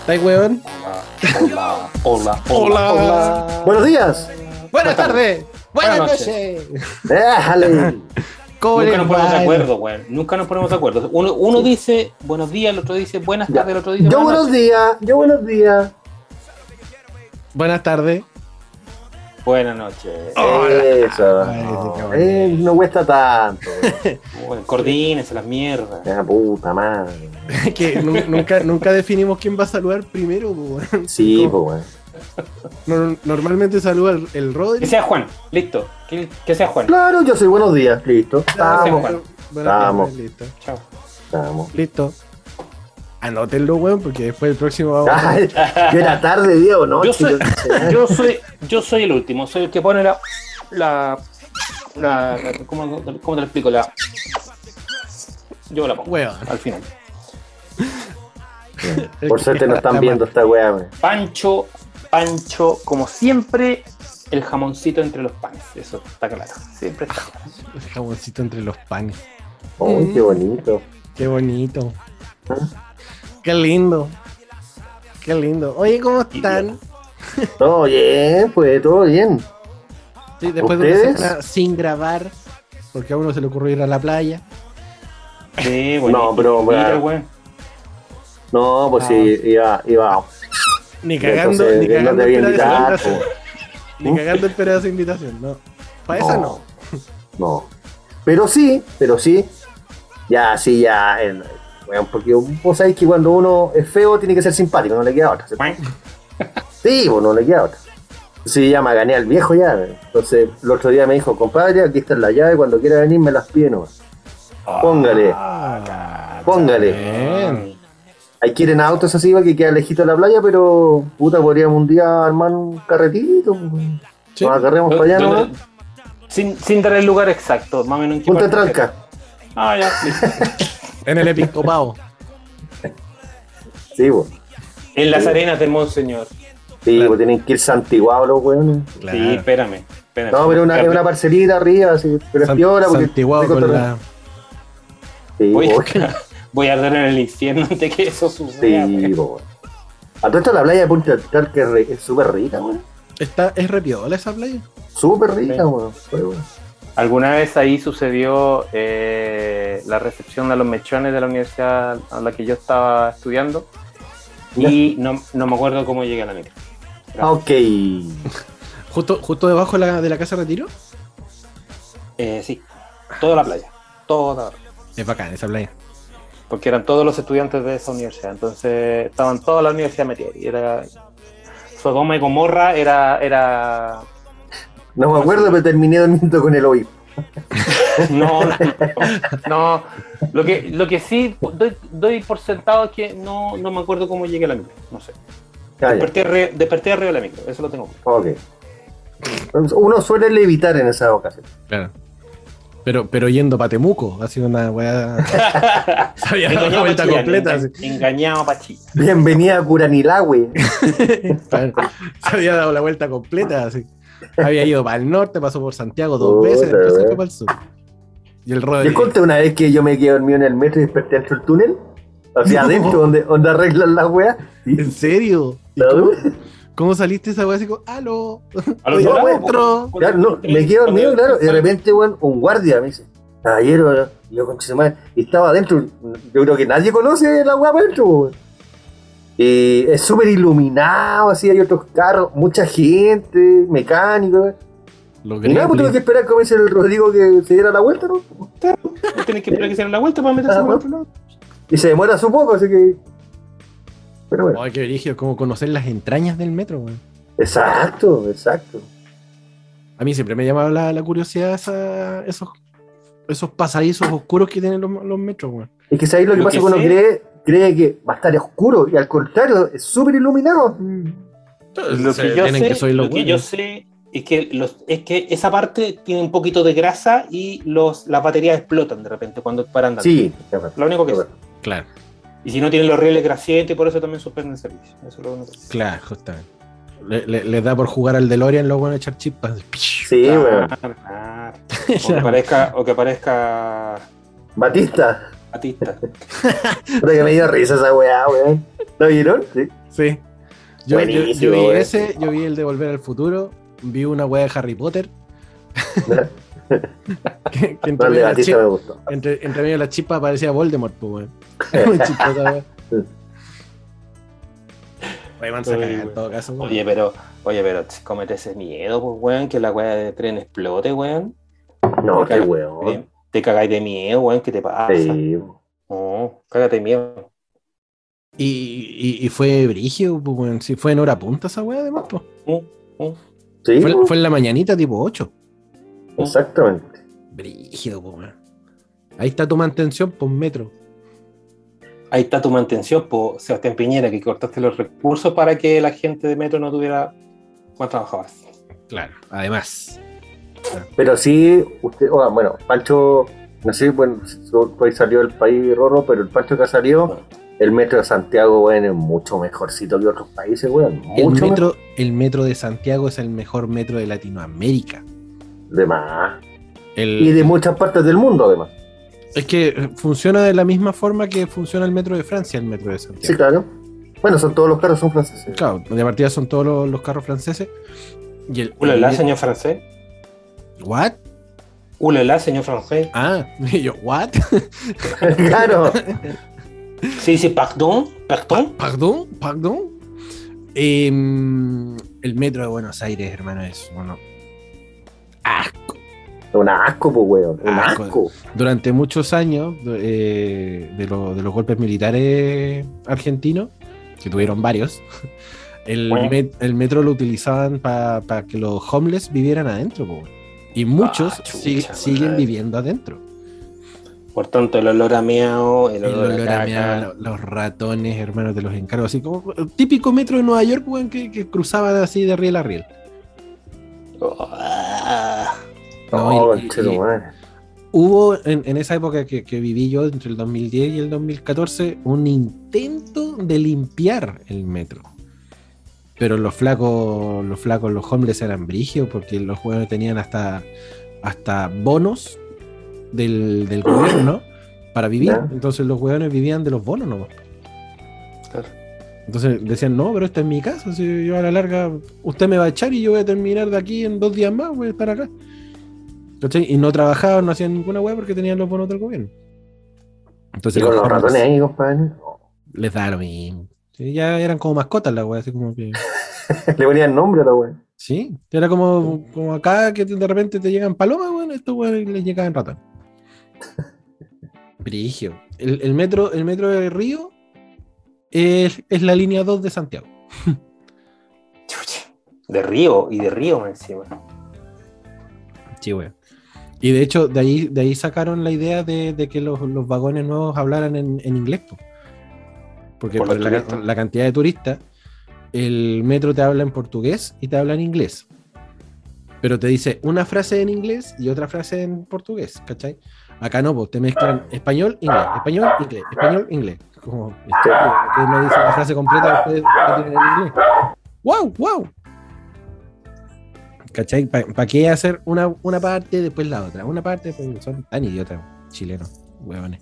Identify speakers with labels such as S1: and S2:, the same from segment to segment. S1: ¿Estás weón?
S2: Hola, hola, hola,
S1: Hola.
S2: hola.
S3: Buenos días.
S1: Buenas tardes. Buenas,
S2: Buenas
S1: noches.
S3: Déjale.
S1: ¿Cómo
S2: Nunca
S1: les
S2: nos ponemos
S1: va?
S2: de acuerdo, weón. Nunca nos ponemos de acuerdo. Uno, uno dice buenos días, el otro dice buenas
S3: Ya.
S2: tardes, el otro dice
S3: Yo
S2: buenas
S3: buenos días. Yo buenos días.
S1: Buenas tardes.
S2: noches. Buenas noches.
S3: Eso.
S1: Ay, qué cabrón.
S3: Eh, no cuesta tanto.
S2: Weón, coordínense las mierdas.
S3: La puta madre.
S1: que nu- nunca, nunca definimos quién va a saludar primero. po.
S3: Sí,
S1: Como-
S3: pues, weón.
S1: no- normalmente saluda el, el Rodri.
S2: Que sea Juan, listo. Que, que sea Juan.
S3: Claro, yo soy buenos días. Listo.
S1: Pero-
S3: Estamos.
S1: pero- bueno,
S3: Vamos.
S1: ya, Listo.
S2: Chao.
S3: Estamos.
S1: Listo. Anótenlo, weón, porque después el próximo vamos.
S3: Ay, yo era tarde, Diego, ¿no?
S2: Yo soy- Yo soy, yo soy el último, soy el que pone la. la, la- la- ¿cómo, cómo te lo explico? La, yo la pongo.
S1: Weón.
S2: Al final.
S3: Por suerte no están viendo esta weá, weón.
S2: Pancho, Pancho, como siempre, el jamoncito entre los panes. Eso está claro. Siempre está.
S1: El jaboncito entre los panes. Mm.
S3: Uy, qué bonito.
S1: Qué bonito. Qué lindo. Qué lindo. Oye, ¿cómo están?
S3: Todo bien, pues, todo bien.
S1: Sí, después de una
S3: ¿Ustedes?
S1: semana sin grabar, porque a uno se le ocurrió ir a la playa.
S2: Sí, bueno.
S3: No, pero,
S2: Mira,
S3: weón.
S2: weón.
S3: No, pues
S1: Ah.
S3: sí, iba, iba.
S1: Ni cagando,
S3: Entonces,
S1: ni
S3: él no
S1: cagando
S3: te había
S1: esperaba esa
S3: invitado. pues.
S1: invitación. Ni cagando esperaba esa invitación, no. Para eso no.
S3: No. Pero sí, pero sí. Ya, sí, ya. el- weón, porque vos sabés que cuando uno es feo tiene que ser simpático, no le queda otra. ¿cierto?
S2: Weón.
S3: Sí, pues no le queda otra. Sí, ya me gané al viejo ya. weón. Entonces, el otro día me dijo, compadre, aquí está la llave, cuando quiera venir me las pide nomás.
S1: Ah,
S3: Póngale,
S2: Ah,
S3: póngale.
S1: Bien.
S3: Hay que ir en autos así, va, que queda lejito de la playa, pero puta, podríamos un día armar un carretito. pues, weón.
S1: Sí.
S3: Nos agarremos para allá, ¿no?
S2: ¿Dónde- Sin, sin dar el lugar exacto, más o menos en qué
S3: Punta
S2: parte
S3: tranca.
S2: es. Ah, ya, listo.
S1: En el episcopado.
S3: Sí, pues.
S2: En las arenas de Monseñor.
S3: Sí,
S1: Claro.
S3: pues tienen que ir santiguados los weones.
S2: Sí, espérame. espérame.
S3: No, pero una, es una parcelita arriba, así, pero es
S1: San-
S3: piola porque.
S1: Santiguado con la.
S3: Sí,
S2: Voy,
S3: pues,
S2: voy a arder en el infierno antes de que eso
S3: sí,
S2: suceda. weón.
S3: pues. A todo esto la playa de Punta del Tal que es re- es súper rica, weón.
S1: Está, es repiola esa playa.
S3: Súper rica,
S2: Sí.
S3: weón. Pues, weón.
S2: Alguna vez ahí sucedió eh, la recepción de los mechones de la universidad a la que yo estaba estudiando y no, no me acuerdo cómo llegué a la micro.
S3: Ah, Ok.
S1: Justo, justo debajo de la, de la casa de retiro.
S2: Eh, sí, toda la playa, toda.
S1: Es bacán esa playa.
S2: Porque eran todos los estudiantes de esa universidad, entonces estaban toda la universidad metida y era... Sodoma y Gomorra era... era
S3: No me acuerdo, pero terminé durmiendo con el obispo.
S2: no, no, no. Lo, que, lo que sí doy, doy por sentado es que no, no me acuerdo cómo llegué a la micro, no sé.
S3: Ah, ya.
S2: Desperté, re- desperté arriba de la micro, eso lo tengo.
S3: Ok. Uno suele levitar en esas ocasiones.
S1: Claro. Pero, pero yendo para Temuco, ha sido una weá. Se había dado la
S2: Engañado
S1: vuelta
S2: pa' Chillán,
S1: completa.
S2: enga-
S1: así.
S2: Engañado pa' Chillán.
S3: Bienvenida a Curanilagüe.
S1: Claro. Se había dado la vuelta completa. Así. Había ido para el norte, pasó por Santiago dos
S3: Puta,
S1: veces, después se
S3: weón.
S1: fue para el sur. Y el Rodri.
S3: Les conté una vez que yo me quedé dormido en el metro y desperté dentro del túnel. Hacia adentro, donde, donde arreglan las weas. Y-
S1: ¿En serio? ¿Y
S3: la-
S1: cómo, cómo saliste esa weá así como, aló?
S2: Al
S3: Oye,
S2: otro
S3: no,
S2: lado,
S3: güey,
S1: otro.
S2: po.
S3: Claro, no, me quedo dormido,
S2: Cuando-
S3: claro, y de repente, weón, un guardia me dice, caballero, weón". Y yo con madre, y estaba adentro, yo creo que nadie conoce la weá para adentro, weón. Y es súper iluminado, así hay otros carros, mucha gente, mecánicos, weón.
S1: Los
S3: Y nada, pues tuve que
S1: gremlins.
S3: esperar, como dice el Rodrigo, que se diera la vuelta, ¿no?
S2: Tienes que esperar que se den la vuelta para meterse
S3: Ah,
S2: en el
S3: bueno.
S2: otro lado.
S3: Y se demora su poco, así que. Pero bueno,
S1: Ay, qué brígido, como conocer las entrañas del metro, weón.
S3: exacto, exacto.
S1: A mí siempre me llamaba la, la curiosidad esa- esos, esos pasadizos oscuros que tienen los, los metros, weón.
S3: Es que sabéis lo que
S2: Lo
S3: pasa
S2: que
S3: que uno
S2: sé-
S3: cree, cree que va a estar oscuro, y al contrario, es súper iluminado.
S2: Mm. Lo
S1: Se
S2: que yo
S1: tienen
S2: sé,
S1: que subir los
S2: lo que yo
S1: huevos.
S2: sé es que, los, es que esa parte tiene un poquito de grasa y los, las baterías explotan de repente cuando paran andando.
S3: Sí, es verdad.
S2: Lo único que
S3: es
S2: sé.
S3: verdad.
S1: Claro,
S2: Y si no tienen los rieles grasientes, por eso también suspenden el servicio. Eso es lo único que sé.
S1: claro, justamente. Le- le- les da por jugar al DeLorean, luego van a echar chispas.
S3: Sí,
S1: Ah.
S3: weón.
S2: Claro, claro. O que aparezca, o que aparezca
S3: Batista.
S2: Batista.
S3: Puta que me dio risa esa weá, weón. ¿Lo vieron? Sí.
S1: Sí. Yo, yo- yo
S3: Buenísimo,
S1: vi
S3: güey.
S1: ese, yo vi el de Volver al Futuro, vi una wea de Harry Potter. que, que entre, medio
S3: Vale,
S1: de la
S3: Batista me
S1: chispa,
S3: gustó.
S1: entre- entre medio de la chispa aparecía Voldemort, pues, weón. Muy chistosa, weón. Oye, man, se
S2: Oye,
S1: caga en
S2: güey.
S1: todo caso, weón.
S2: Oye, pero, oye, pero ch, cómete ese miedo, pues, weón, que la weá de tren explote, weón.
S3: No,
S2: Te
S3: qué
S2: cagas-
S3: weón.
S2: Te, te cagáis de miedo, weón, ¿qué te pasa?
S3: Sí.
S2: No, cágate de miedo.
S1: Y, y- y fue brigio, pues, weón. Sí, fue en hora punta esa wea, además, pues.
S3: Sí,
S1: Fue,
S3: po,
S1: fue en la mañanita, tipo 8.
S3: exactamente.
S1: Brígido, pues, weón. Ahí está tu mantención por metro.
S2: Ahí está tu mantención, po, Sebastián Piñera, que cortaste los recursos para que la gente de Metro no tuviera más trabajadores.
S1: Claro. Además.
S3: Pero sí, usted, o, bueno, Pancho, no sé, bueno, hoy salió el país Rorro, pero el Pancho que ha salido, el metro de Santiago, weón, es mucho mejorcito que otros países, weón.
S1: El
S3: Mucho
S1: metro, el metro de Santiago es el mejor metro de Latinoamérica.
S3: mejor. De más.
S1: El-
S3: Y de muchas partes del mundo, además.
S1: es que eh, funciona de la misma forma que funciona el metro de Francia, el metro de Santiago.
S3: Sí, claro. Bueno, son todos los carros son franceses.
S1: Claro, de partida son todos los, los carros franceses. Y el,
S2: Ulala,
S1: el-
S2: señor francés.
S1: ¿What?
S2: Ulala, señor francés.
S1: Ah, y yo, ¿what?
S3: claro.
S2: Sí, sí, perdón, perdón.
S1: Perdón, perdón. Em, el metro de Buenos Aires, hermano, es uno. Asco.
S3: Un asco, pues, weón. Un
S1: Asco.
S3: asco.
S1: Durante muchos años eh, de, lo- de los golpes militares argentinos, que tuvieron varios, el,
S2: Bueno.
S1: met- el metro lo utilizaban para que los homeless vivieran adentro. po. Y muchos
S2: Ah, chucha,
S1: sig-
S2: weón.
S1: siguen viviendo adentro.
S2: Por tanto, el olor a meao, el
S1: El
S2: olor,
S1: olor
S2: a
S1: a
S2: caca.
S1: meado, lo- los ratones, hermanos, de los encargos. Así como típico metro de Nueva York, weón, que, que cruzaban así de riel a riel.
S2: Ah,
S1: No,
S3: No,
S1: y- y-
S3: conche tu
S1: y-
S3: madre.
S1: Hubo en, en esa época que, que viví yo, entre el 2010 y el 2014, un intento de limpiar el metro. Pero los flacos, los flacos, los hombres eran brigios porque los juegos tenían hasta, hasta bonos del, del gobierno para vivir.
S3: Ya.
S1: Entonces los hueones vivían de los bonos nomás.
S2: Claro.
S1: Entonces decían, no, pero esta es mi casa. Si yo a la larga, usted me va a echar y yo voy a terminar de aquí en dos días más, voy a estar acá. ¿Cachai? Y no trabajaban, no hacían ninguna weá porque tenían los bonos del gobierno. Entonces
S3: Y con
S1: los
S3: los
S1: hombres
S3: ratones ahí, compadre.
S1: les daba lo mismo. Sí, ya eran como mascotas las weas, así como que.
S3: Le ponían nombre a la weón.
S1: Sí, era como, como acá que de repente te llegan palomas, bueno, estos weones les llegaban ratón. Brigio. El, el metro, el metro de Río es, es la línea 2 de Santiago.
S2: chucha. De río y de río más encima.
S1: Sí, weón. Y de hecho, de ahí, de ahí sacaron la idea de, de que los, los vagones nuevos hablaran en, en inglés. po. Porque
S2: Por
S1: por,
S2: los
S1: la,
S2: turistas.
S1: la cantidad de turistas, el metro te habla en portugués y te habla en inglés. Pero te dice una frase en inglés y otra frase en portugués, ¿cachai? Acá no, pues te mezclan español, inglés, español, inglés, español, inglés. Como estúpido, que no dice la frase completa después la tienen en inglés. ¡Wow! ¡Wow! ¿Cachai? ¿Para qué hacer una, una parte, después la otra? Una parte, después son tan idiotas, chilenos, huevones.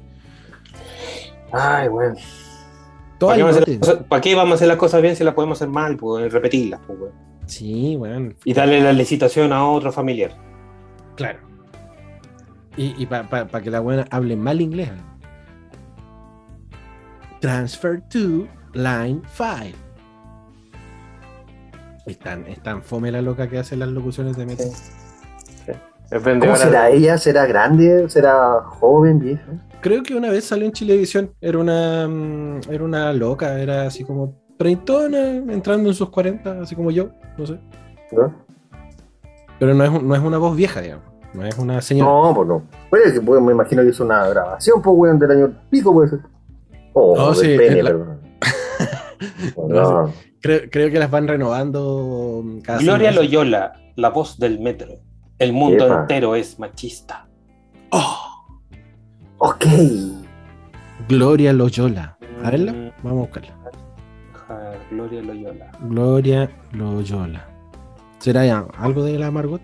S2: Ay, weón.
S1: Todo
S2: ¿Para qué,
S1: al
S2: vamos a hacer
S1: lote.
S2: las cosas- para qué vamos a hacer las cosas bien si las podemos hacer mal? Pues, repetirlas, pues, weón.
S1: Sí, weón.
S2: Y darle la licitación a otro familiar.
S1: Claro. Y, para que la buena hable mal inglés. Transfer to line 5. Están, están fome la loca que hace las locuciones de metro.
S2: Es
S3: ¿Cómo
S2: vendedora
S3: será
S2: de-
S3: ella? ¿Será grande? ¿Será joven, vieja?
S1: Creo que una vez salió en Chilevisión. Era una, mm, era una loca, era así como treintona, entrando en sus 40, así como yo, no sé.
S3: ¿No?
S1: Pero no es, un- no es una voz vieja, digamos. No es una señora.
S3: No, pues no. Bueno, es que, pues, me imagino que es una grabación, pues, weón, del año pico, puede ser. Oh,
S1: No,
S3: del
S1: sí,
S3: pene,
S1: la-
S3: perdón. No,
S1: Creo, creo que las van renovando mm, cada
S2: Gloria
S1: seis meses.
S2: Loyola, la voz del metro. El mundo
S3: Epa.
S2: entero es machista.
S1: ¡Oh!
S3: Ok.
S1: Gloria Loyola. A verla,
S4: Mm,
S1: vamos a buscarla.
S2: Ja, Gloria Loyola.
S1: Gloria Loyola. ¿Será ya algo de la Margot?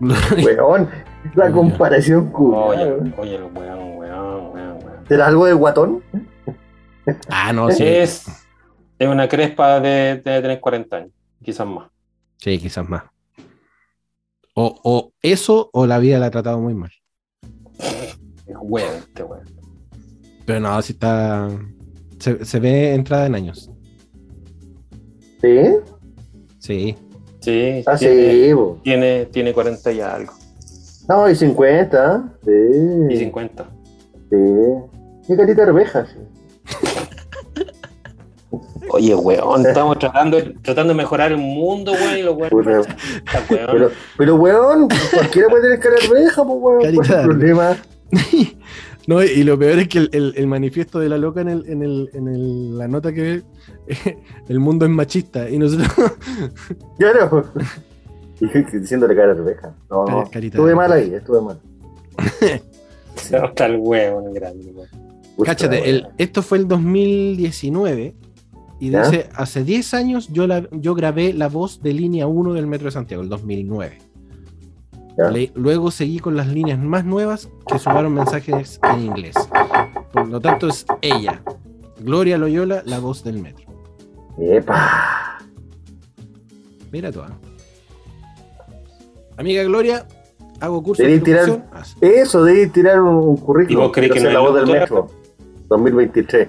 S1: Gloria-
S3: Weón, La comparación culiada,
S4: Oye,
S3: weón.
S4: oye, el weón, weón, weón, weón.
S3: ¿Será algo de guatón?
S1: Ah,
S3: Oh,
S1: no, sí.
S4: Es, es una crespa de, de tener 40 años, quizás más.
S1: Sí, quizás más. O, o eso o la vida la ha tratado muy mal.
S4: Es weón este weón.
S1: Pero no, si está. Se, se ve entrada en años.
S3: ¿Sí?
S1: Sí.
S4: Sí,
S3: Ah,
S4: tiene,
S3: sí, po.
S4: tiene, tiene 40 y algo.
S3: No, y 50. ¿ah? Sí.
S4: Y 50.
S3: Sí. Y carita de arveja, sí.
S4: Oye, weón, estamos tratando, tratando de mejorar el mundo, weón, y los
S3: Puta.
S4: weones. Puta, weón.
S3: Pero, pero weón, cualquiera puede tener cara de arveja, pues weón. ¿Cuál es
S1: Carita
S3: el
S1: de
S3: problema?
S1: No, y lo peor es que el, el- el manifiesto de la loca en, el, en, el, en el- la nota que ve, eh, el mundo es machista. Y nosotros.
S3: Claro. Y diciéndole cara de arveja. No, no.
S1: Cara- carita
S3: estuve
S1: de
S3: mal
S1: arveja.
S3: ahí, estuve mal. Sí.
S4: Se nota el weón grande, weón.
S3: Puta,
S1: Cáchate, el- esto fue el 2019. Y
S3: ¿Ya?
S1: dice: Hace 10 años yo, la- yo grabé la voz de línea 1 del Metro de Santiago, el 2009.
S3: Ya.
S1: Le- luego seguí con las líneas más nuevas que sumaron mensajes en inglés. Por lo tanto, es ella, Gloria Loyola, la voz del metro.
S3: Epa.
S1: Mira tú. ah. Amiga Gloria, hago curso
S3: Debí tirar-
S1: locución. Ah, sí.
S3: Eso, debí tirar un, un currículum.
S4: ¿Y vos crees que
S3: Entonces,
S4: no hay
S3: la voz del
S4: locutora?
S3: metro? 2023.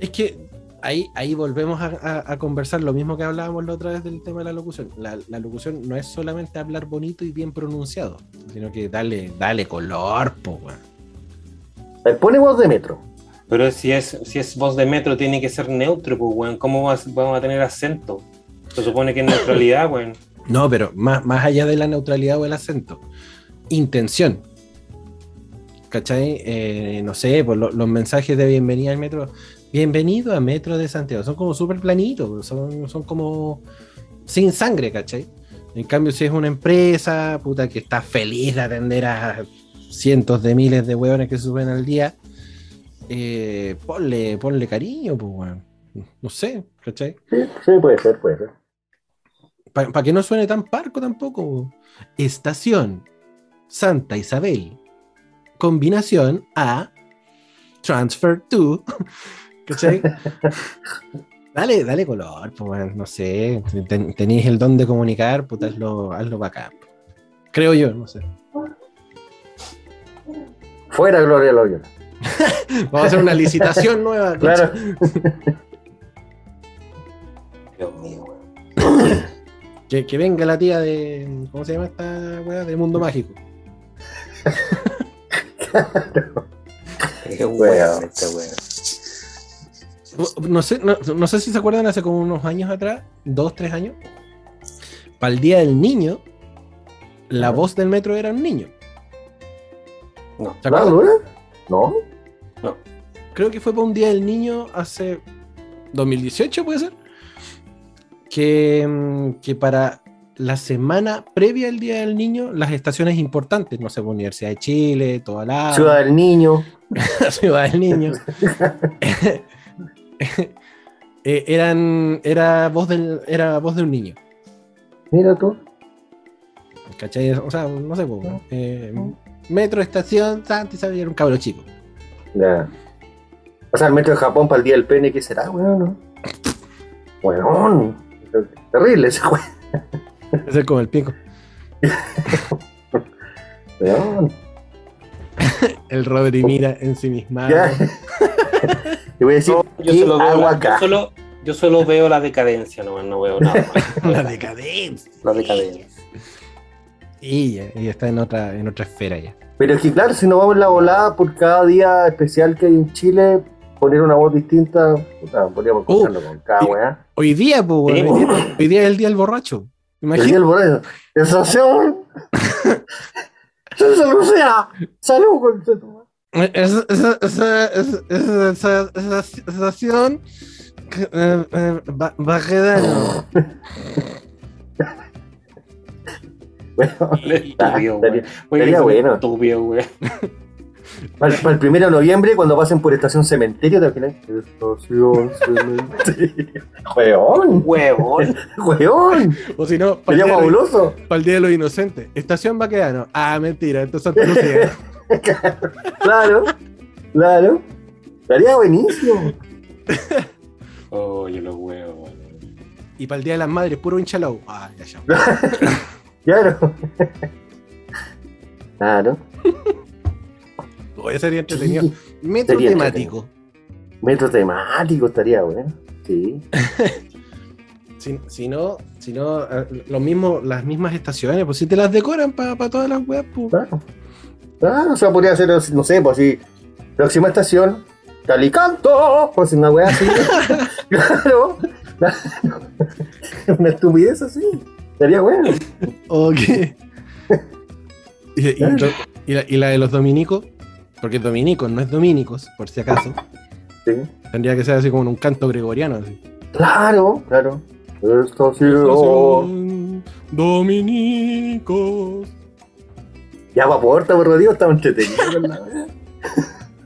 S1: Es que ahí, ahí volvemos a, a- a conversar lo mismo que hablábamos la otra vez del tema de la locución. La, la locución no es solamente hablar bonito y bien pronunciado, sino que dale, dale color, po, weón.
S3: A ver, pone voz de metro.
S4: Pero si es, si es voz de metro, tiene que ser neutro, pues, weón. ¿Cómo vas- vamos a tener acento? Se supone que es neutralidad, weón.
S1: No, pero más, más allá de la neutralidad o el acento, intención. ¿Cachai? Eh, no sé, por lo- los mensajes de bienvenida al metro. Bienvenido a Metro de Santiago. Son como súper planitos, son, son como sin sangre, ¿cachai? En cambio, si es una empresa, puta, que está feliz de atender a cientos de miles de hueones que suben al día, eh, ponle, ponle cariño, pues, weón. No sé, ¿cachai?
S3: Sí, sí, puede ser, puede ser.
S1: para que no suene tan parco tampoco. Estación Santa Isabel. Combinación A. Transfer to. ¿Cachai? dale, dale color, pues, weón, no sé. Ten- tenéis el don de comunicar, puta, hazlo, hazlo bacán. Creo yo, no sé.
S3: Fuera Gloria Loyola.
S1: Vamos a hacer una licitación nueva.
S3: Claro.
S4: Dios mío, weón.
S1: Que, que venga la tía de. ¿Cómo se llama esta weá? Del mundo mágico.
S4: Qué
S3: Weón.
S4: weón este weón.
S1: No sé, no, no sé si se acuerdan hace como unos años atrás, dos, tres años. Para el día del niño, la voz del metro era un niño.
S4: No.
S1: ¿Se
S3: ¿La
S1: acuerdan?
S3: Luna? No.
S1: Creo que fue para un día del niño hace 2018, puede ser. Que, mm, que para la semana previa al día del niño, las estaciones importantes, no sé, pues, Universidad de Chile, toda la
S3: Ciudad del Niño.
S1: la ciudad del niño. Eh, eran, era, voz del, era voz de un niño.
S3: Mira tú.
S1: ¿Cachai? O sea, no sé, pues, eh, metro, estación, Santa Isabel era un cabro chico.
S3: Ya. O sea, el metro de Japón para el día del pene, ¿qué será, weón? Weón. Terrible ese weón.
S1: Ese es como el pico.
S3: Weón.
S1: El Rodri mira en sí misma.
S3: Ya. Te voy a decir,
S4: Yo
S3: ¿qué
S4: solo, veo
S3: hago
S4: la, yo,
S3: acá?
S4: solo, yo solo veo la decadencia, no, no veo nada. más.
S1: La decadencia.
S4: La decadencia.
S1: Y ya, ella está en otra, en otra esfera ya.
S3: Pero es que claro, si no vamos en la volada por cada día especial que hay en Chile, poner una voz distinta, puta, podríamos
S1: Oh,
S3: escucharlo con cada
S1: y-
S3: weá.
S1: Hoy día, pues,
S4: Sí,
S1: hoy, día, hoy día es el día del borracho.
S3: El día
S1: Imagínate.
S3: del borracho. ¡Sensación! ¡Sensación, Lucía! ¡Salud, concha de tu madre!
S1: Esa, esa, esa, esa, esa, esa- esa sensación. que, eh, eh, ba- bajeda,
S3: Bueno,
S4: Estúpido, weón.
S3: estaría-
S4: Weón,
S5: Ah,
S3: estaría
S4: es un
S3: bueno.
S4: Estúpido, weón.
S3: Para, el- para el primero de noviembre, cuando pasen por Estación Cementerio, ¿te imaginas? Estación Cementerio. ¡Hueón!
S4: Huevón.
S3: ¡Hueón!
S1: O si no, para
S3: Sería
S1: el, día de los-
S3: fabuloso.
S1: para el Día de los Inocentes. Estación Baquedano. Ah, mentira, esto es Santa Lucía.
S3: Claro, claro. Estaría buenísimo.
S4: Oye, los huevos.
S1: y para el Día de las Madres, puro hinchalau. Ah, ya, ya.
S3: Claro. Claro.
S1: Oye, sería entretenido.
S3: Sí,
S1: Metro
S3: Sería
S1: temático.
S3: Metro temático estaría bueno. Sí.
S1: Si, si no, si no eh, lo mismo, las mismas estaciones, pues si te las decoran para todas las weas, pues.
S3: Claro. Claro, o sea, podría ser, no sé, pues así. Próxima estación, Calicanto. Pues una wea así. claro. claro. una estupidez así. Estaría bueno.
S1: Ok. y, y-
S3: Claro.
S1: y la, y la de los dominicos, porque es dominico, no es dominicos, por si acaso.
S3: Sí.
S1: Tendría que ser así como en un canto gregoriano. Así.
S3: Claro, claro. oh. Estación.
S1: Estación Dominicos.
S3: Ya va puerta, por Dios, estaba entretenido con la wea.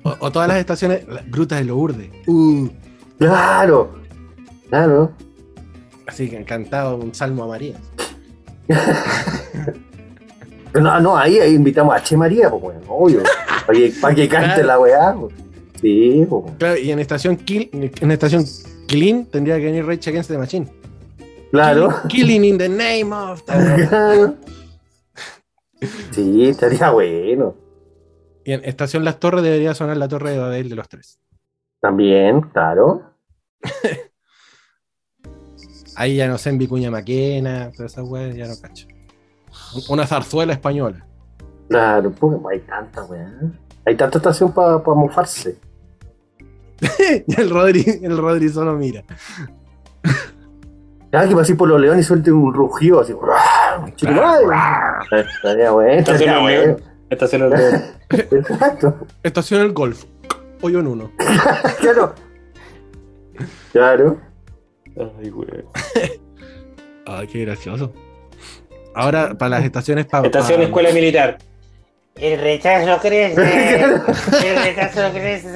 S1: O, o todas las estaciones, las grutas de Lourdes. Uh,
S3: Claro. Claro.
S1: así que encantado, un salmo a María.
S3: No, no, ahí, ahí invitamos a Che María, pues bueno, obvio. Para que, pa' que cante
S1: Claro.
S3: la weá, pues. Sí, pues. bueno.
S1: Claro, y en estación Kill, en estación Killing tendría que venir Rage Against the Machine.
S3: Claro,
S1: Killing in the name of the-
S3: claro. Sí, estaría bueno.
S1: Y en estación Las Torres debería sonar la Torre de Babel de los tres.
S3: También, claro.
S1: Ahí ya no sé en Vicuña Maquena, todas esas weas ya no cacho. Una zarzuela española.
S3: Claro, porque hay tanta weá. Hay tanta estación para mofarse.
S1: y el Rodri, el Rodri solo mira.
S3: Claro, que pasé por los leones y suelte un rugido así. ¡guau! ¡Chico madre! Estaría bueno, estaría
S4: Estación
S3: bueno.
S4: León. Estación los huevos.
S3: Exacto.
S1: Estación El Golf. Hoyo en uno.
S3: Claro. Claro.
S4: Ay, huevo.
S1: Ay, qué gracioso. Ahora, para las estaciones para.
S4: Estación Escuela Militar.
S5: El rechazo crece. El rechazo crece.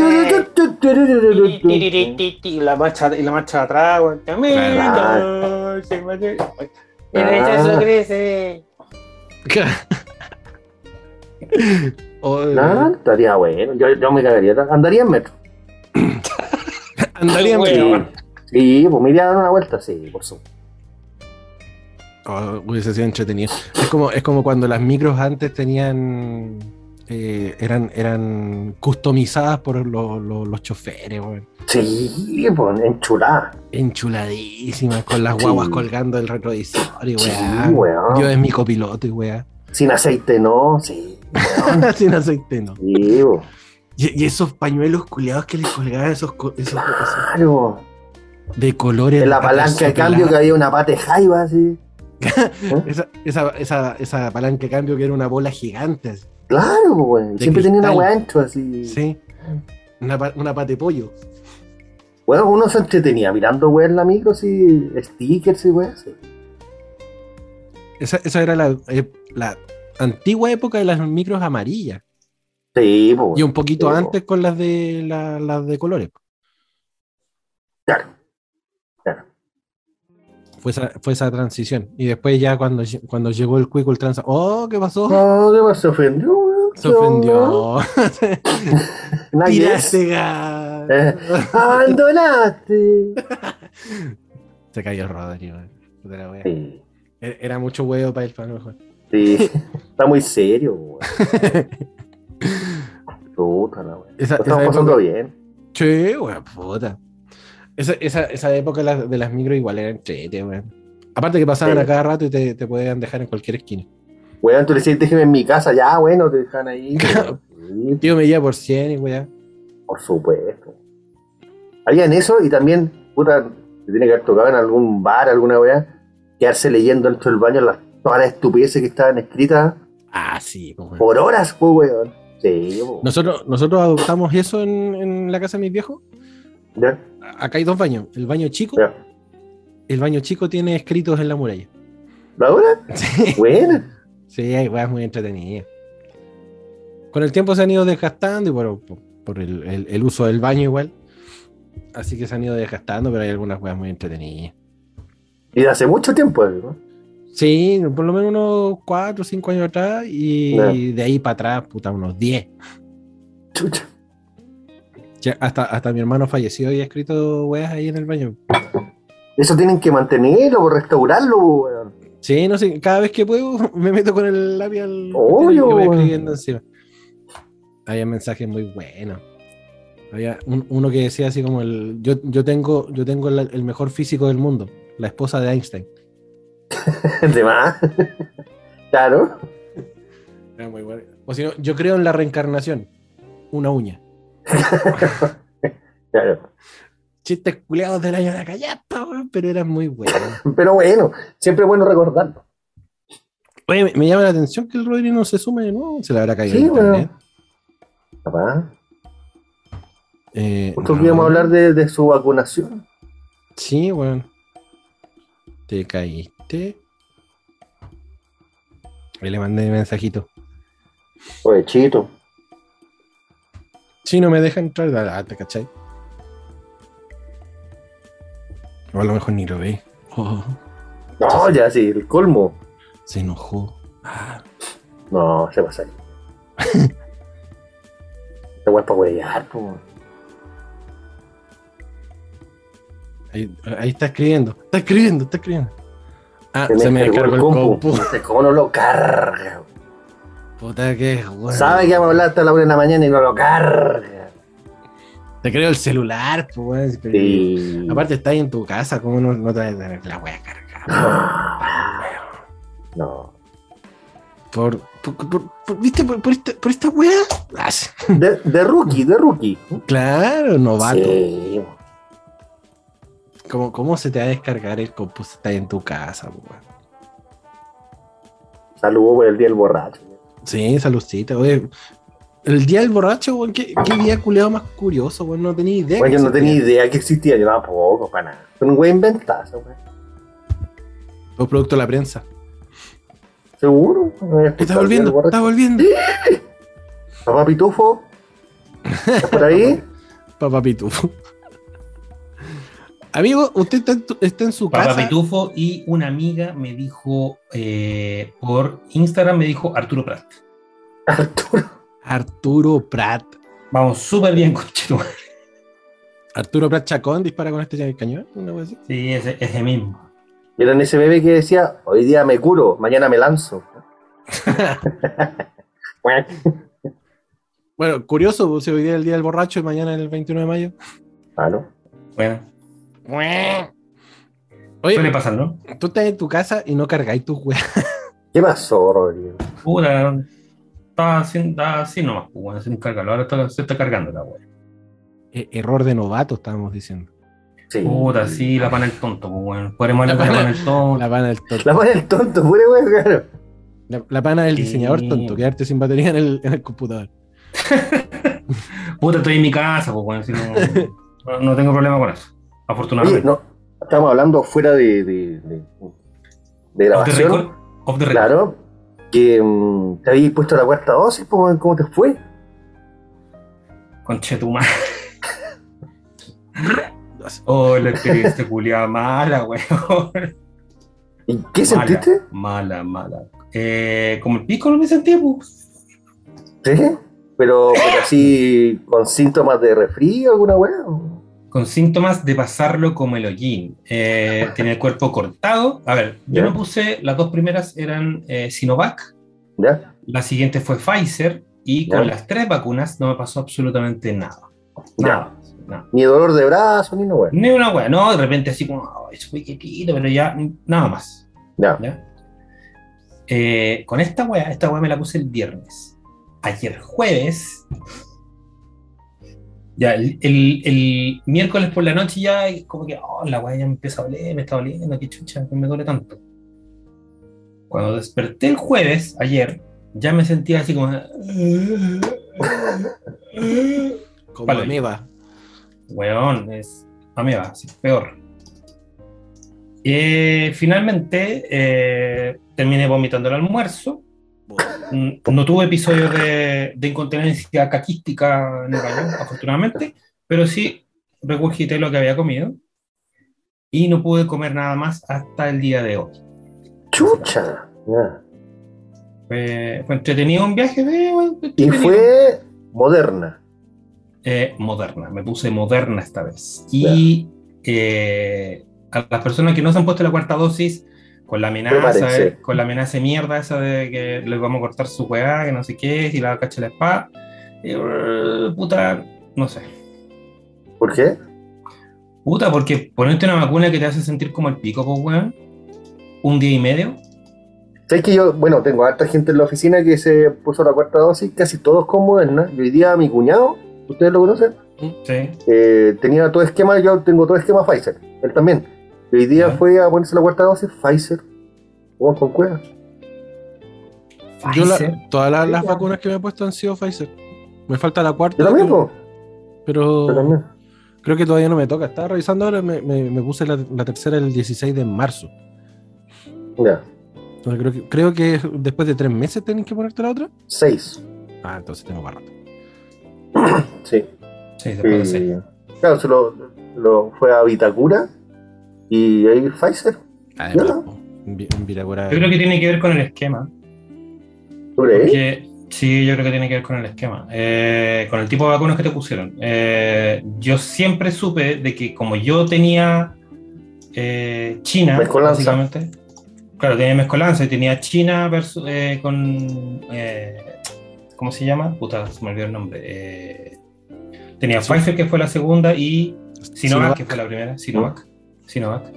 S5: Ti, ti, ti, ti, ti, La marcha, y la marcha de atrás, güey. Camino, se va a hacer- El rechazo
S3: Ah.
S5: crece.
S1: O-
S3: Claro, estaría bueno. Yo, yo me cagaría. Andaría en metro.
S1: Andaría en
S4: Bueno.
S1: metro.
S3: Sí, pues me iría a dar una vuelta, sí, por supuesto.
S1: Oh, hubiese sido entretenido. Es como, es como cuando las micros antes tenían. eh, eran, eran customizadas por los, los- los choferes, weón.
S3: Sí, pues enchulada.
S1: Enchuladísimas, con las
S3: Sí.
S1: guaguas colgando el retrovisor y
S3: Sí,
S1: weá.
S3: weón.
S1: Yo es mi copiloto y weá.
S3: Sin aceite, no, sí.
S1: Sin aceite, no.
S3: Sí, pues,
S1: Y, y esos pañuelos culeados que les colgaban esos, co- esos
S3: claro.
S1: de colores.
S3: En la
S1: de
S3: palanca de
S1: patas
S3: cambio que había una pata de jaiba, así.
S1: sopeladas. Esa, esa, esa, esa palanca de cambio que era una bola gigante. así.
S3: Claro, pues, weón.
S1: De
S3: Siempre tenía una
S1: cristal.
S3: weá ancho, así.
S1: Sí. Una, pa- una pata de pollo.
S3: Bueno, uno se entretenía mirando weá en la micro, así. Stickers y weá, así.
S1: Esa, esa era la, eh, la antigua época de las micros amarillas.
S3: Sí, pues.
S1: y un poquito
S3: sí, po.
S1: antes con las de la- las de colores.
S3: Claro. Claro.
S1: Fue esa, fue esa transición. Y después ya cuando, lle- cuando llegó el Quick Ultranza. ¡Oh, qué pasó!
S3: No, ¿qué más se ofendió, weón?
S1: Se
S3: ¿Qué onda?
S1: ofendió. este
S3: Nadie
S1: Tiraste
S3: Eh.
S1: gas.
S3: es. Abandonaste.
S1: Se cayó el Rodrigo. eh. Puta la wea.
S3: Sí.
S1: Era E-, era mucho huevo para él, para lo mejor.
S3: Sí, está muy serio, weón. Puta la weón.
S1: Esa-
S3: Lo
S1: esa
S3: estamos pasando bien.
S1: Che, wea, puta. Esa, esa, esa época de las- de las micros igual era entrete, weón. Aparte que pasaban
S3: Sí.
S1: a cada rato y te, te podían dejar en cualquier esquina.
S3: Weón, tú le decías, déjeme en mi casa, ya, bueno, te dejan ahí.
S1: Claro.
S3: Sí,
S1: Tío me lleva por 100 y weá.
S3: por supuesto. Habían eso y también, puta, te tiene que haber tocado en algún bar, alguna weá, quedarse leyendo dentro del baño las, todas las estupideces que estaban escritas
S1: Ah, sí, pues, weón.
S3: por horas, pues, weón. Sí, po.
S1: Nosotros, nosotros adoptamos eso en, en la casa de mis viejos.
S3: Ya,
S1: A- Acá hay dos baños. El baño chico,
S3: ya.
S1: el baño chico tiene escritos en la muralla.
S3: ¿La hora?
S1: Sí,
S3: Buena.
S1: sí hay weas muy entretenidas. Con el tiempo se han ido desgastando y por, por- por el, el- el uso del baño igual. Así que se han ido desgastando, pero hay algunas weas muy entretenidas.
S3: Y de hace mucho tiempo, eh, ¿no?
S1: Sí, por lo menos unos 4 o 5 años atrás y
S3: Ya.
S1: de ahí para atrás, puta, unos 10.
S3: Chucha.
S1: Ya, hasta, hasta mi hermano falleció y ha escrito weas ahí en el baño.
S3: Eso tienen que mantenerlo, por restaurarlo, pues, weón.
S1: Sí, no sé, cada vez que puedo me meto con el lápiz al
S3: Obvio,
S1: y voy
S3: weón.
S1: escribiendo encima. Había mensajes muy buenos. Había un- uno que decía así como el yo, yo tengo, yo tengo la- el mejor físico del mundo, la esposa de Einstein.
S3: De más. claro.
S1: Era muy bueno. O si no, yo creo en la reencarnación. Una uña.
S3: Claro.
S1: Chistes culeados del año de la callapa, weón, pero eran muy buenos.
S3: Pero bueno, siempre es bueno recordarlo.
S1: Oye, me, me llama la atención que el Rodri no se sume de nuevo. Se le habrá caído
S3: Sí,
S1: el internet.
S3: weón. Papá.
S1: Eh,
S3: Justo
S1: no.
S3: que íbamos a hablar de, de su vacunación.
S1: Sí, weón. Te caíste. Ahí le mandé mensajito.
S3: Oye, chito.
S1: Si no me deja entrar, da lata, ¿cachai? O a lo mejor ni lo ve. Oh,
S3: No, ya sí, el colmo.
S1: se enojó. Ah,
S3: No, se pasa ahí. Esta weá es para huellar, po.
S1: ahí, ahí está escribiendo. Está escribiendo, está escribiendo. Ah, se me
S3: descargó
S1: descargó el compu.
S3: No sé ¿Cómo no Este lo carga? weón.
S1: Puta que es, weón.
S3: Sabe que vamos a hablar hasta la una de la mañana y no lo carga.
S1: Te creo el celular, pues, weón.
S3: Sí.
S1: Aparte, estás en tu casa, ¿cómo no, no te vas a tener la wea cargada?
S3: No.
S1: Por, por, por- por- ¿Viste? Por, por esta, por esta weá. Ah, sí.
S3: De, de rookie, de rookie.
S1: Claro, novato.
S3: Sí.
S1: ¿Cómo, cómo se te va a descargar el compu si estás en tu casa, po, weón?
S3: Saludos por el día del borracho.
S1: Sí, saludcita, oye. El día del borracho, weón, ¿qué, qué día culeado más curioso, weón, no tenía idea.
S3: Bueno,
S1: que
S3: yo no
S1: se
S3: tenía
S1: podía.
S3: idea que existía, yo tampoco, para nada. Son un güey inventazo, güey.
S1: Fue producto de la prensa.
S3: Seguro. No había
S1: Está
S3: escuchado el día del
S1: volviendo,
S3: borracho.
S1: está volviendo.
S3: Papá Pitufo. ¿estás por ahí?
S1: Papá Pitufo. Amigo, usted está en, tu- está en su
S2: Papá
S1: casa.
S2: Pitufo y una amiga me dijo eh, por Instagram, me dijo Arturo Prat.
S3: Arturo.
S1: Arturo Prat.
S2: Vamos súper bien con Chino.
S1: Arturo Prat Chacón dispara con este cañón. Una wea así.
S2: Sí, ese, ese mismo.
S3: Miren ese bebé que decía, hoy día me curo, mañana me lanzo. Bueno,
S1: Bueno, curioso, si hoy día es el día del borracho y mañana el 21 de mayo.
S3: claro.
S2: Bueno, suele
S1: Oye,
S2: pasar, ¿no?
S1: tú estás en tu casa y no cargáis tus weas.
S3: ¿Qué pasó, Rodrigo?
S2: Puta, estaba así, estaba así nomás, pues, bueno, sin cargarlo. Ahora está- se está cargando la wea.
S1: Eh, error de novato, estábamos diciendo.
S3: Sí.
S2: Puta, sí, la pana el tonto, pues, bueno. Podemos hablar de
S1: La
S2: la
S1: pana-
S2: pana el tonto.
S1: La pana del, tonto.
S3: La pone el tonto, pure güey, claro.
S1: La, la pana del
S2: Sí.
S1: diseñador tonto, quedarte sin batería en el, en el computador.
S2: Puta, estoy en mi casa, pues, bueno, así no, no- no tengo problema con eso.
S3: Oye,
S2: Afortunadamente.
S3: no, estamos hablando fuera de, de, de, de
S2: Off the
S3: grabación.
S2: record, off the record.
S3: Claro, que mm, te habías puesto la cuarta dosis, po, weón, ¿cómo te fue?
S2: Conchetumar. Oh, la experiencia culiada mala, weón.
S3: ¿Y qué sentiste?
S2: Mala, mala. Eh, como el pico no me sentí, pues.
S3: Sí, pero, pero así con síntomas de resfrío, alguna weá.
S2: Con síntomas de pasarlo como el hollín. Eh, tenía el cuerpo cortado. A ver, yo
S3: Ya.
S2: me puse, las dos primeras eran eh, Sinovac,
S3: ¿Ya?
S2: la siguiente fue Pfizer, y con
S3: Ya.
S2: las tres vacunas no me pasó absolutamente nada. Nada, nada.
S3: Ni dolor de brazo, ni una weá.
S2: Ni una wea, no, de repente así como, ay, soy quietito, pero ya, nada más.
S3: Ya.
S2: ¿ya? Eh, con esta weá, esta weá me la puse el viernes. Ayer jueves. Ya, el, el- el miércoles por la noche ya, como que, oh, la weá ya me empieza a doler, me está doliendo, qué chucha, que me duele tanto. Cuando desperté el jueves, ayer, ya me sentía así como.
S1: Como
S2: Vale.
S1: ameba.
S2: Weón, es ameba, sí, peor. Eh, finalmente eh, terminé vomitando el almuerzo. Mm, No tuve episodios de, de incontinencia caquística en el baño, afortunadamente, pero sí regurgité lo que había comido y no pude comer nada más hasta el día de hoy.
S3: Chucha. Ya.
S2: Fue, fue entretenido un viaje de...
S3: Y fue moderna.
S2: Eh, moderna, me puse moderna esta vez. Y eh, a las personas que no se han puesto la cuarta dosis, con la amenaza,
S3: Prepárense.
S2: eh, con la amenaza de mierda esa de que les vamos a cortar su weá, que no sé qué, si la cacha la espada, eh, brr, puta, no sé.
S3: ¿Por qué?
S2: Puta, porque ponerte una vacuna que te hace sentir como el pico, pues weón, un día y medio,
S3: Sabes que yo, bueno, tengo harta gente en la oficina que se puso la cuarta dosis, casi todos con Moderna. Y hoy día mi cuñado, ustedes lo conocen,
S2: sí,
S3: eh, tenía todo esquema, yo tengo todo esquema Pfizer, él también. Y hoy día
S2: Ya.
S3: fue a ponerse la cuarta dosis Pfizer, weón, con cueva.
S1: Yo la-
S2: Pfizer.
S1: todas la- las vacunas que me he puesto han sido Pfizer. Me falta la cuarta.
S3: Yo también, po. Yo
S1: Pero
S3: también.
S1: creo que todavía no me toca. Estaba revisando ahora, me, me- me puse la, la tercera el 16 de marzo.
S3: Ya,
S1: Entonces creo que, creo que después de tres meses tenés que ponerte la otra.
S3: seis.
S1: Ah, entonces tengo para rato.
S3: Sí.
S2: Sí, después de
S3: Sí.
S2: seis.
S3: Claro, se lo, lo fue a Vitacura y ahí Pfizer.
S1: Además,
S3: Ya.
S1: po, en Vi- en Vitacura-
S2: Yo creo que tiene que ver con el esquema.
S3: ¿Tú crees?
S2: Que- sí, yo creo que tiene que ver con el esquema, eh, con el tipo de vacunas que te pusieron. Eh, yo siempre supe de que como yo tenía eh, China,
S3: Mezcolanza.
S2: básicamente, claro, tenía mezcolanza y tenía China versus, eh, con, eh, ¿cómo se llama? Puta, se me olvidó el nombre. Eh, tenía Pfizer, que fue la segunda, y Sinovac, que fue la primera, Sinovac. Sinovac.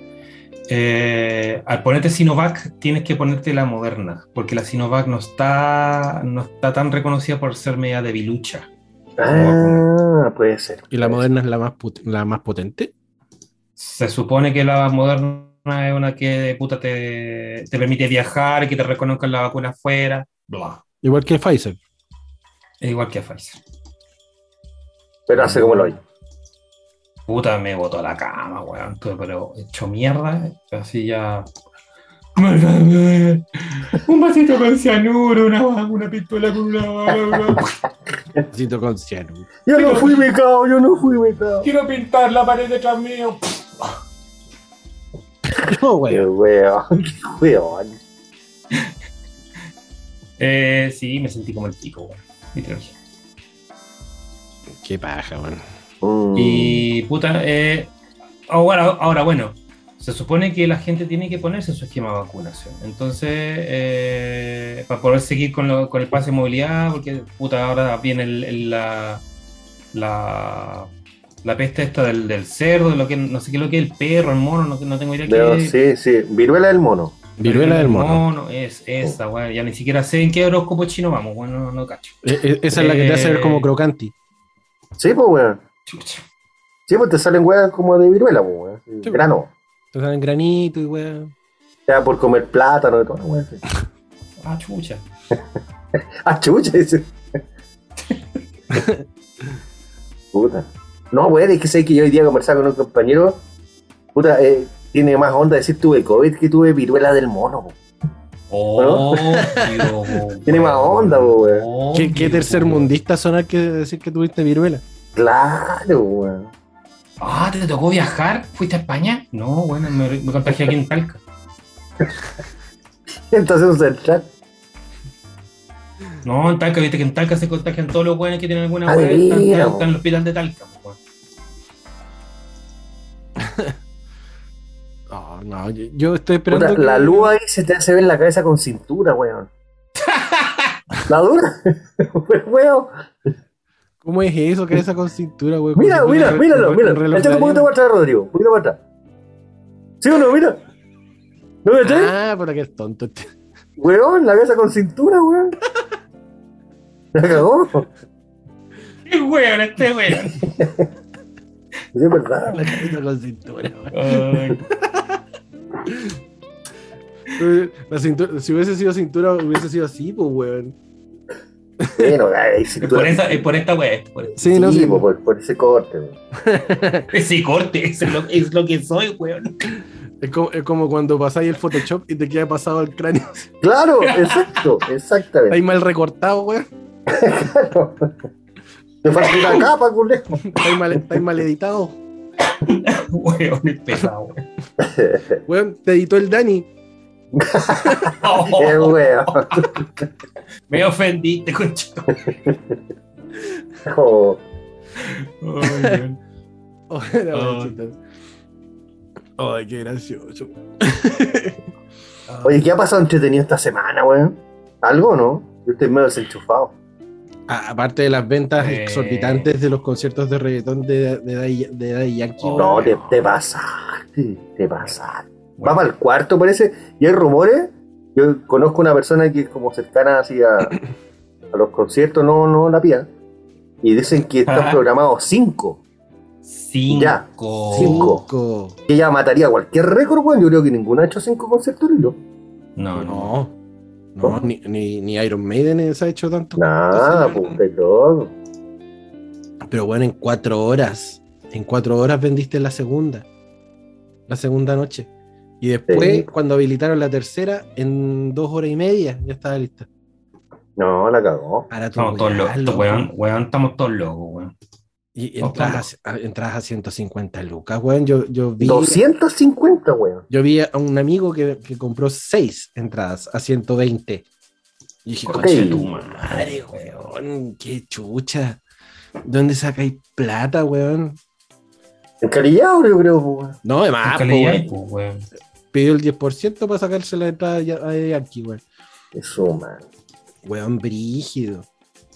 S2: Eh, al ponerte Sinovac, tienes que ponerte la moderna, porque la Sinovac no está, no está tan reconocida por ser media debilucha.
S3: Ah, puede ser.
S1: Y la moderna es la más, put- la más potente.
S2: Se supone que la moderna es una que puta te, te permite viajar, que te reconozcan la vacuna afuera, bla.
S1: Igual que Pfizer.
S2: Es igual que Pfizer.
S3: Pero hace como lo hay.
S2: Puta, me botó a la cama, weón. Estuve, Pero hecho mierda, así ya. Un vasito con cianuro, una, una pistola con una bala,
S1: Siento con ciano.
S3: Yo no fui becado, yo no fui becado.
S2: Quiero pintar la pared detrás mío.
S1: No, güey.
S3: Qué weón, qué weón.
S2: Eh, sí, me sentí como el pico, weón. Literal.
S1: Qué paja, weón.
S3: Mm.
S2: Y puta, eh, ahora, ahora bueno, se supone que la gente tiene que ponerse su esquema de vacunación. Entonces, eh, para poder seguir con, lo- con el pase de movilidad, porque puta, ahora viene el- el- la, la, la peste esta del, del cerdo, de lo que, no sé qué es lo que es, el perro, el mono, no, no tengo idea
S3: Pero
S2: qué
S3: sí, sí. Viruela del mono.
S1: Viruela del mono.
S2: es esa,
S3: Oh.
S2: weón. Ya ni siquiera sé en qué horóscopo chino vamos, bueno, no, no cacho.
S1: E- e- esa es la que te hace ver como
S2: Eh.
S1: crocanti.
S3: Sí, pues weón.
S2: Chucha.
S3: Sí, pues te salen weas como de viruela, pues weón.
S1: Sí.
S3: Grano.
S1: Te salen granito y weón.
S3: Ya por comer plátano y todo, weón.
S2: Ah, chucha.
S3: Ah, chucha, dice. Puta. No, weón, es que sé que yo hoy día conversaba con un compañero. Puta, eh, tiene más onda decir tuve COVID que tuve viruela del mono, po.
S2: Oh, Dios,
S3: Tiene más onda, po, weón.
S2: Oh,
S1: ¿Qué, qué
S2: Dios,
S1: tercer
S2: weón.
S1: mundista sonar que decir que tuviste viruela?
S3: Claro, weón.
S2: Ah, ¿te tocó viajar? ¿Fuiste a España? No, bueno, me, me contagié aquí en Talca.
S3: Entonces un central.
S2: No, en Talca, viste que en Talca se contagian todos los buenos que tienen alguna
S3: Ah,
S2: hueá. Están,
S3: mira,
S2: están-
S3: po.
S2: están en el hospital de Talca. po, weón.
S1: No, no, yo, yo estoy esperando.
S3: Puta,
S1: que-
S3: la luz ahí se te hace ver la cabeza con cintura, weón. La dura. Pero, weón.
S1: ¿Cómo es eso? que esa con cintura, weón?
S3: Mira,
S1: Como si
S3: mira,
S1: fuera
S3: míralo,
S1: un
S3: mira.
S1: reloj
S3: Échate
S1: de
S3: un poquito
S1: arena.
S3: para atrás, Rodrigo. Un poquito para atrás. ¿Sí o no? Mira. ¿No me traes?
S1: Ah, pero que es tonto. este.
S3: Weón, la cabeza con cintura, weón. La cagó. Sí,
S2: ¡Qué weón este weón!
S3: es verdad.
S1: La cabeza con cintura, weón.
S2: Ay,
S1: Eh, la cintura- Si hubiese sido cintura, hubiese sido así, pues, weón.
S3: Bueno, hay
S2: es
S3: cintura.
S2: por, esa, es por esta weón. Por esa.
S1: Sí, no,
S3: Sí,
S1: sí.
S3: po, por, por ese corte, weón.
S2: Ese corte es lo, es lo que soy, weón.
S1: Es como, es como cuando pasáis el Photoshop y te queda pasado el cráneo.
S3: Claro, exacto, exactamente.
S1: Estáis mal recortado, weón.
S3: Te falta una capa, culejo.
S1: Estáis mal, estáis mal editado.
S2: Weón, es pesado,
S3: Eh,
S2: weón.
S1: Weón, te editó el Dani.
S2: Oh.
S3: Qué wea.
S2: me ofendiste, conchito.
S3: Oh,
S2: Ay, weón.
S1: Oh, era
S2: Oh.
S1: muy chistoso. Ay, qué gracioso.
S2: Ah,
S3: Oye, ¿qué ha pasado entretenido esta semana, weón? ¿Algo no? Yo estoy medio desenchufado.
S1: A- aparte de las ventas
S2: Eh.
S1: exorbitantes de los conciertos de reggaetón de, de, Daddy- de Daddy Yankee.
S2: Oh.
S1: weón.
S3: No, te, te pasaste, te pasaste. Va
S2: Bueno.
S3: para el cuarto, parece, y hay rumores. Yo conozco una persona que es como cercana así a, a los conciertos, no, no la pía. Y dicen que están
S2: Ajá.
S3: programados cinco.
S2: Cinco.
S3: Ya,
S1: Cinco.
S3: Que ella mataría cualquier récord, weón. Yo creo que ninguno ha hecho cinco conciertos al hilo.
S2: No, no.
S1: No, no, ni, ni, ni Iron Maiden se ha hecho tanto.
S3: Nada,
S1: Sí,
S3: pues, de loco.
S1: Pero bueno, en cuatro horas. En cuatro horas vendiste la segunda. La segunda noche. Y después,
S3: Sí.
S1: cuando habilitaron la tercera, en dos horas y media ya estaba lista.
S3: No, la cagó.
S1: Ahora tú,
S2: Estamos todos
S1: weá,
S2: locos,
S1: loco.
S2: weón, weón, estamos todos locos, weón.
S1: Y
S2: Todos
S1: entras a, entras a 150 lucas, weón. Yo, yo vi.
S3: 250, weón.
S1: Yo vi a un amigo que, que compró seis entradas a 120. Y dije,
S3: Ok.
S1: "Conche tu
S2: Tu madre,
S1: madre,
S2: weón.
S1: weón, qué chucha. ¿Dónde sacáis plata, weón?
S3: Encalillado, yo creo, pues, weón.
S1: No, de más,
S2: Nunca
S1: po,
S2: leí
S1: weón.
S2: ahí, pues, weón.
S1: pidió el 10% para sacarse la entrada ya- a Yankee, weón.
S3: Eso, man.
S1: Weón, brígido.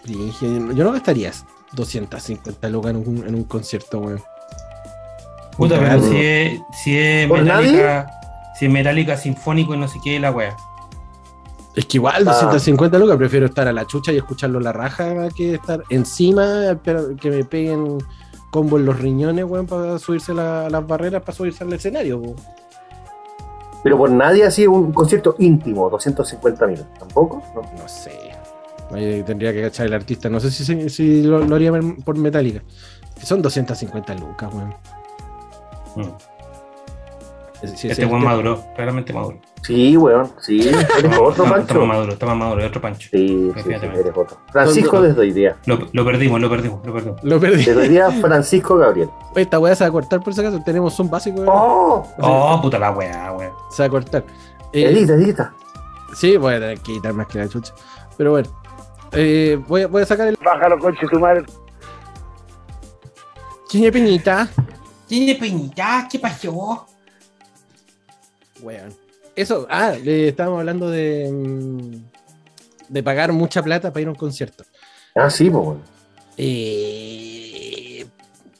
S1: Brígido. Yo no gastaría 250 lucas en un, en un concierto, weón.
S2: Puta, pero
S1: Claro.
S2: si es, si es
S3: ¿Por
S2: Metallica, si es Metallica sinfónico y no sé qué, la wea.
S1: Es que igual,
S3: Ah.
S1: 250 lucas, prefiero estar a la chucha y escucharlo a la raja que estar encima, pero que me peguen combo en los riñones, weón, para subirse la- a las barreras, para subirse al escenario. weón.
S3: Pero por nadie así un concierto íntimo, 250 mil. ¿Tampoco? No.
S1: No sé. Ahí tendría que cachar el artista. No sé si, se- si lo, lo haría por Metallica. Son 250 lucas, weón.
S2: Mm.
S1: Es- si ese
S2: Este
S1: es
S2: weón
S1: el
S2: maduró, claramente maduró.
S3: Sí, weón. Sí, eres otro
S2: Está- está más
S3: Pancho.
S2: maduro, está más maduro, es otro Pancho.
S3: Sí, sí, sí,
S2: Definitivamente.
S3: eres otro. Francisco
S1: Son-
S3: desde hoy día.
S2: Lo, lo perdimos, lo perdimos, lo perdimos.
S1: Lo perdí.
S3: Desde hoy día, Francisco Gabriel.
S1: Esta weá se va a cortar por si acaso. Tenemos un básico. weón.
S3: ¡Oh!
S2: Oh, puta la wea, weón.
S1: Se va a cortar. Eh,
S3: Edita, edita.
S1: sí, voy a tener que quitar más que la chucha. Pero bueno. Eh, voy, a- voy a sacar el.
S4: Bájalo, coche, tu madre.
S1: Chiñe Piñita.
S2: ¿Tiene peñita? ¿Qué pasó?
S1: Weón. Eso. Ah, le estábamos hablando de. mm, De pagar mucha plata para ir a un concierto.
S3: Ah, sí, pues, weón.
S1: Eh,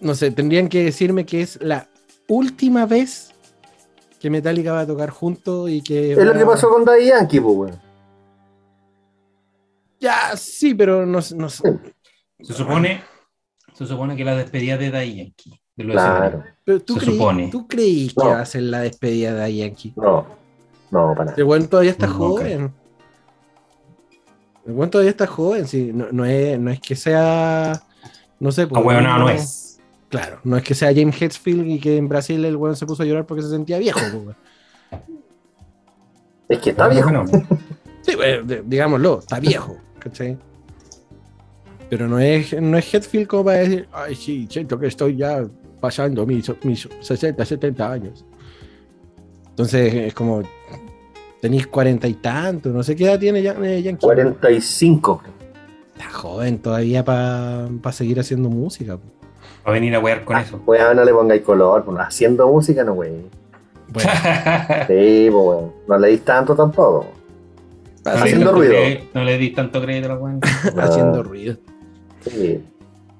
S1: no sé, tendrían que decirme que es la última vez que Metallica va a tocar junto y que.
S3: Es lo
S1: va-
S3: que pasó con Daddy Yankee, pues, weón.
S1: Ya, sí, pero no, sé- no sé.
S2: Se supone, se supone que la despedida de Daddy Yankee. de lo de
S3: Claro.
S1: Pero tú,
S2: Se
S1: creí,
S2: supone.
S1: tú creí que
S3: No.
S1: va a ser la despedida de Daddy Yankee.
S3: No. No, para
S1: El
S3: nada.
S1: buen todavía está
S2: No,
S1: joven. El buen todavía está joven, sí. No, no es, no es que sea. No sé. pues,
S2: Ahueonado no es.
S1: Claro, no es que sea James Hetfield y que en Brasil el weón se puso a llorar porque se sentía viejo. pues, weón.
S3: Es que está
S2: Celine.
S3: viejo.
S2: Bueno,
S1: Sí, bueno, de- digámoslo, está viejo, ¿cachai? Pero no es, no es Hetfield como para decir, ay, sí, siento que estoy ya pasando mis, mis 60, 70 años. Entonces es como, tenéis cuarenta y tanto, no sé qué edad tiene ya, eh, Yankee.
S3: 45.
S1: Está joven todavía para seguir haciendo música. po.
S2: Va a venir a wear
S3: Ah.
S2: con eso.
S3: Weón, no le pongáis color, pues, haciendo música, no, weón.
S1: Bueno,
S3: Sí, pues, weón. No le dis tanto tampoco.
S2: No le di
S3: Haciendo
S2: tanto
S3: ruido.
S2: cre- No le di tanto crédito a la weón.
S1: haciendo
S3: Ah,
S1: ruido.
S3: sí.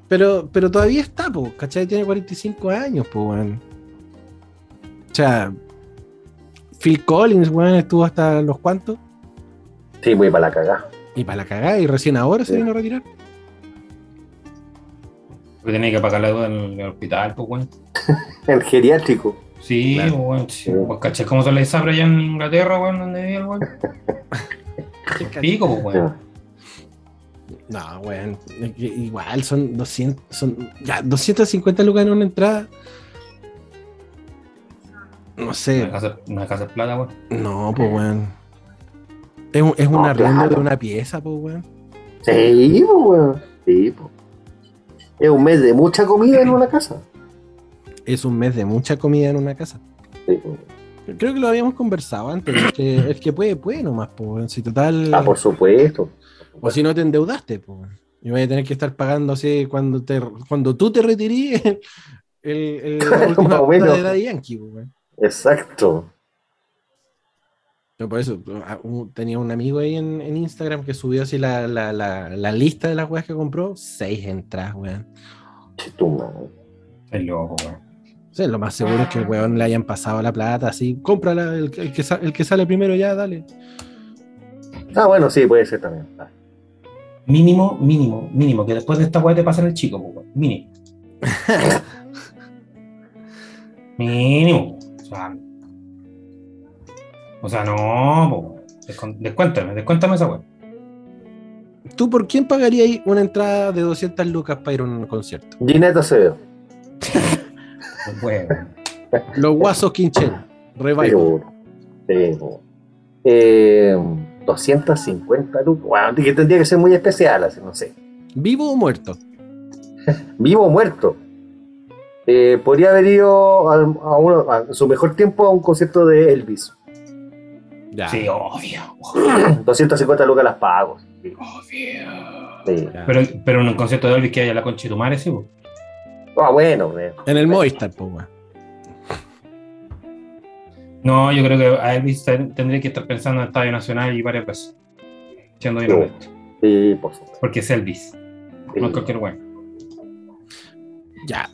S1: Pero, pero todavía está, po, ¿cachai? Tiene 45 años, po, weón. O sea, Phil Collins, weón, estuvo hasta los cuantos.
S3: Sí, voy para la cagada.
S1: Y para la cagada, y recién ahora se
S3: Sí.
S1: vino a retirar.
S2: Porque tenía que pagar la deuda en el hospital, pues weón.
S3: El geriátrico.
S2: Sí,
S1: Claro.
S2: weón. Sí.
S3: Sí.
S2: Pues caché cómo se le sabe allá en Inglaterra, weón, donde vive el weón. Pico, pues weón.
S1: No, weón. es que Igual son 200, son ya 250 lucas en una entrada. No
S2: Una
S1: sé.
S2: casa, una casa de plata, weón.
S1: No, pues, weón. Es, un- es un
S3: No,
S1: arriendo
S3: claro.
S1: de una pieza, pues, weón.
S3: Sí, pues, weón. Sí, pues. Es un mes de mucha comida en una casa.
S1: Es un mes de mucha comida en una casa.
S3: Sí, pues.
S1: Creo que lo habíamos conversado antes. El que, el que puede, puede nomás, pues, weón. Si total.
S3: Ah, por supuesto.
S1: O si no te endeudaste, pues. weón. Y vas a tener que estar pagando así cuando, te, cuando tú te retirís el, el, la última
S3: Más o menos.
S1: cuota de Daddy Yankee, pues, weón.
S3: Exacto.
S1: Yo por eso a- un- tenía un amigo ahí en, en Instagram que subió así la, la, la, la lista de las weas que compró. Seis entradas, weón.
S3: Chituma.
S2: Es loco, weón.
S1: O sea, lo más seguro es que el weón le hayan pasado la plata así. Cómprala, el, que- el que, sa- el que sale primero ya, dale.
S3: Ah, bueno, sí, puede ser también. Ah,
S2: Mínimo, mínimo, mínimo. Que después de esta weá te pasan el chico, po, weón. Mínimo. mínimo. O sea, o sea, no, po, weón. Descon- Descuéntame, descuéntame esa weá.
S1: ¿Tú por quién pagarías ahí una entrada de 200 lucas para ir a un concierto?
S3: Ginette Acevedo.
S2: Pues, Weón.
S1: Los guasos quincheros. Revival.
S3: Seguro. Seguro. Eh, 250 lucas. Bueno, que tendría que ser muy especial, así, no sé.
S1: ¿Vivo o muerto?
S3: Vivo o muerto. Eh, podría haber ido al- a, uno- a su mejor tiempo a un concierto de Elvis.
S1: Ya.
S2: Sí, obvio,
S3: 250 lucas las pago. Sí.
S2: obvio.
S3: Sí.
S1: ya.
S2: Pero, pero en un concierto de Elvis que haya la concha de tu madre, sí, po.
S3: Ah, bueno, eh,
S1: En el Movistar, pues, weón.
S2: No, yo creo que a Elvis ten- tendría que estar pensando en Estadio Nacional y varias veces. Siendo bien
S3: Sí.
S2: honesto.
S3: sí, por supuesto.
S2: Porque es Elvis, no es
S3: Sí.
S2: cualquier weón.
S1: Ya.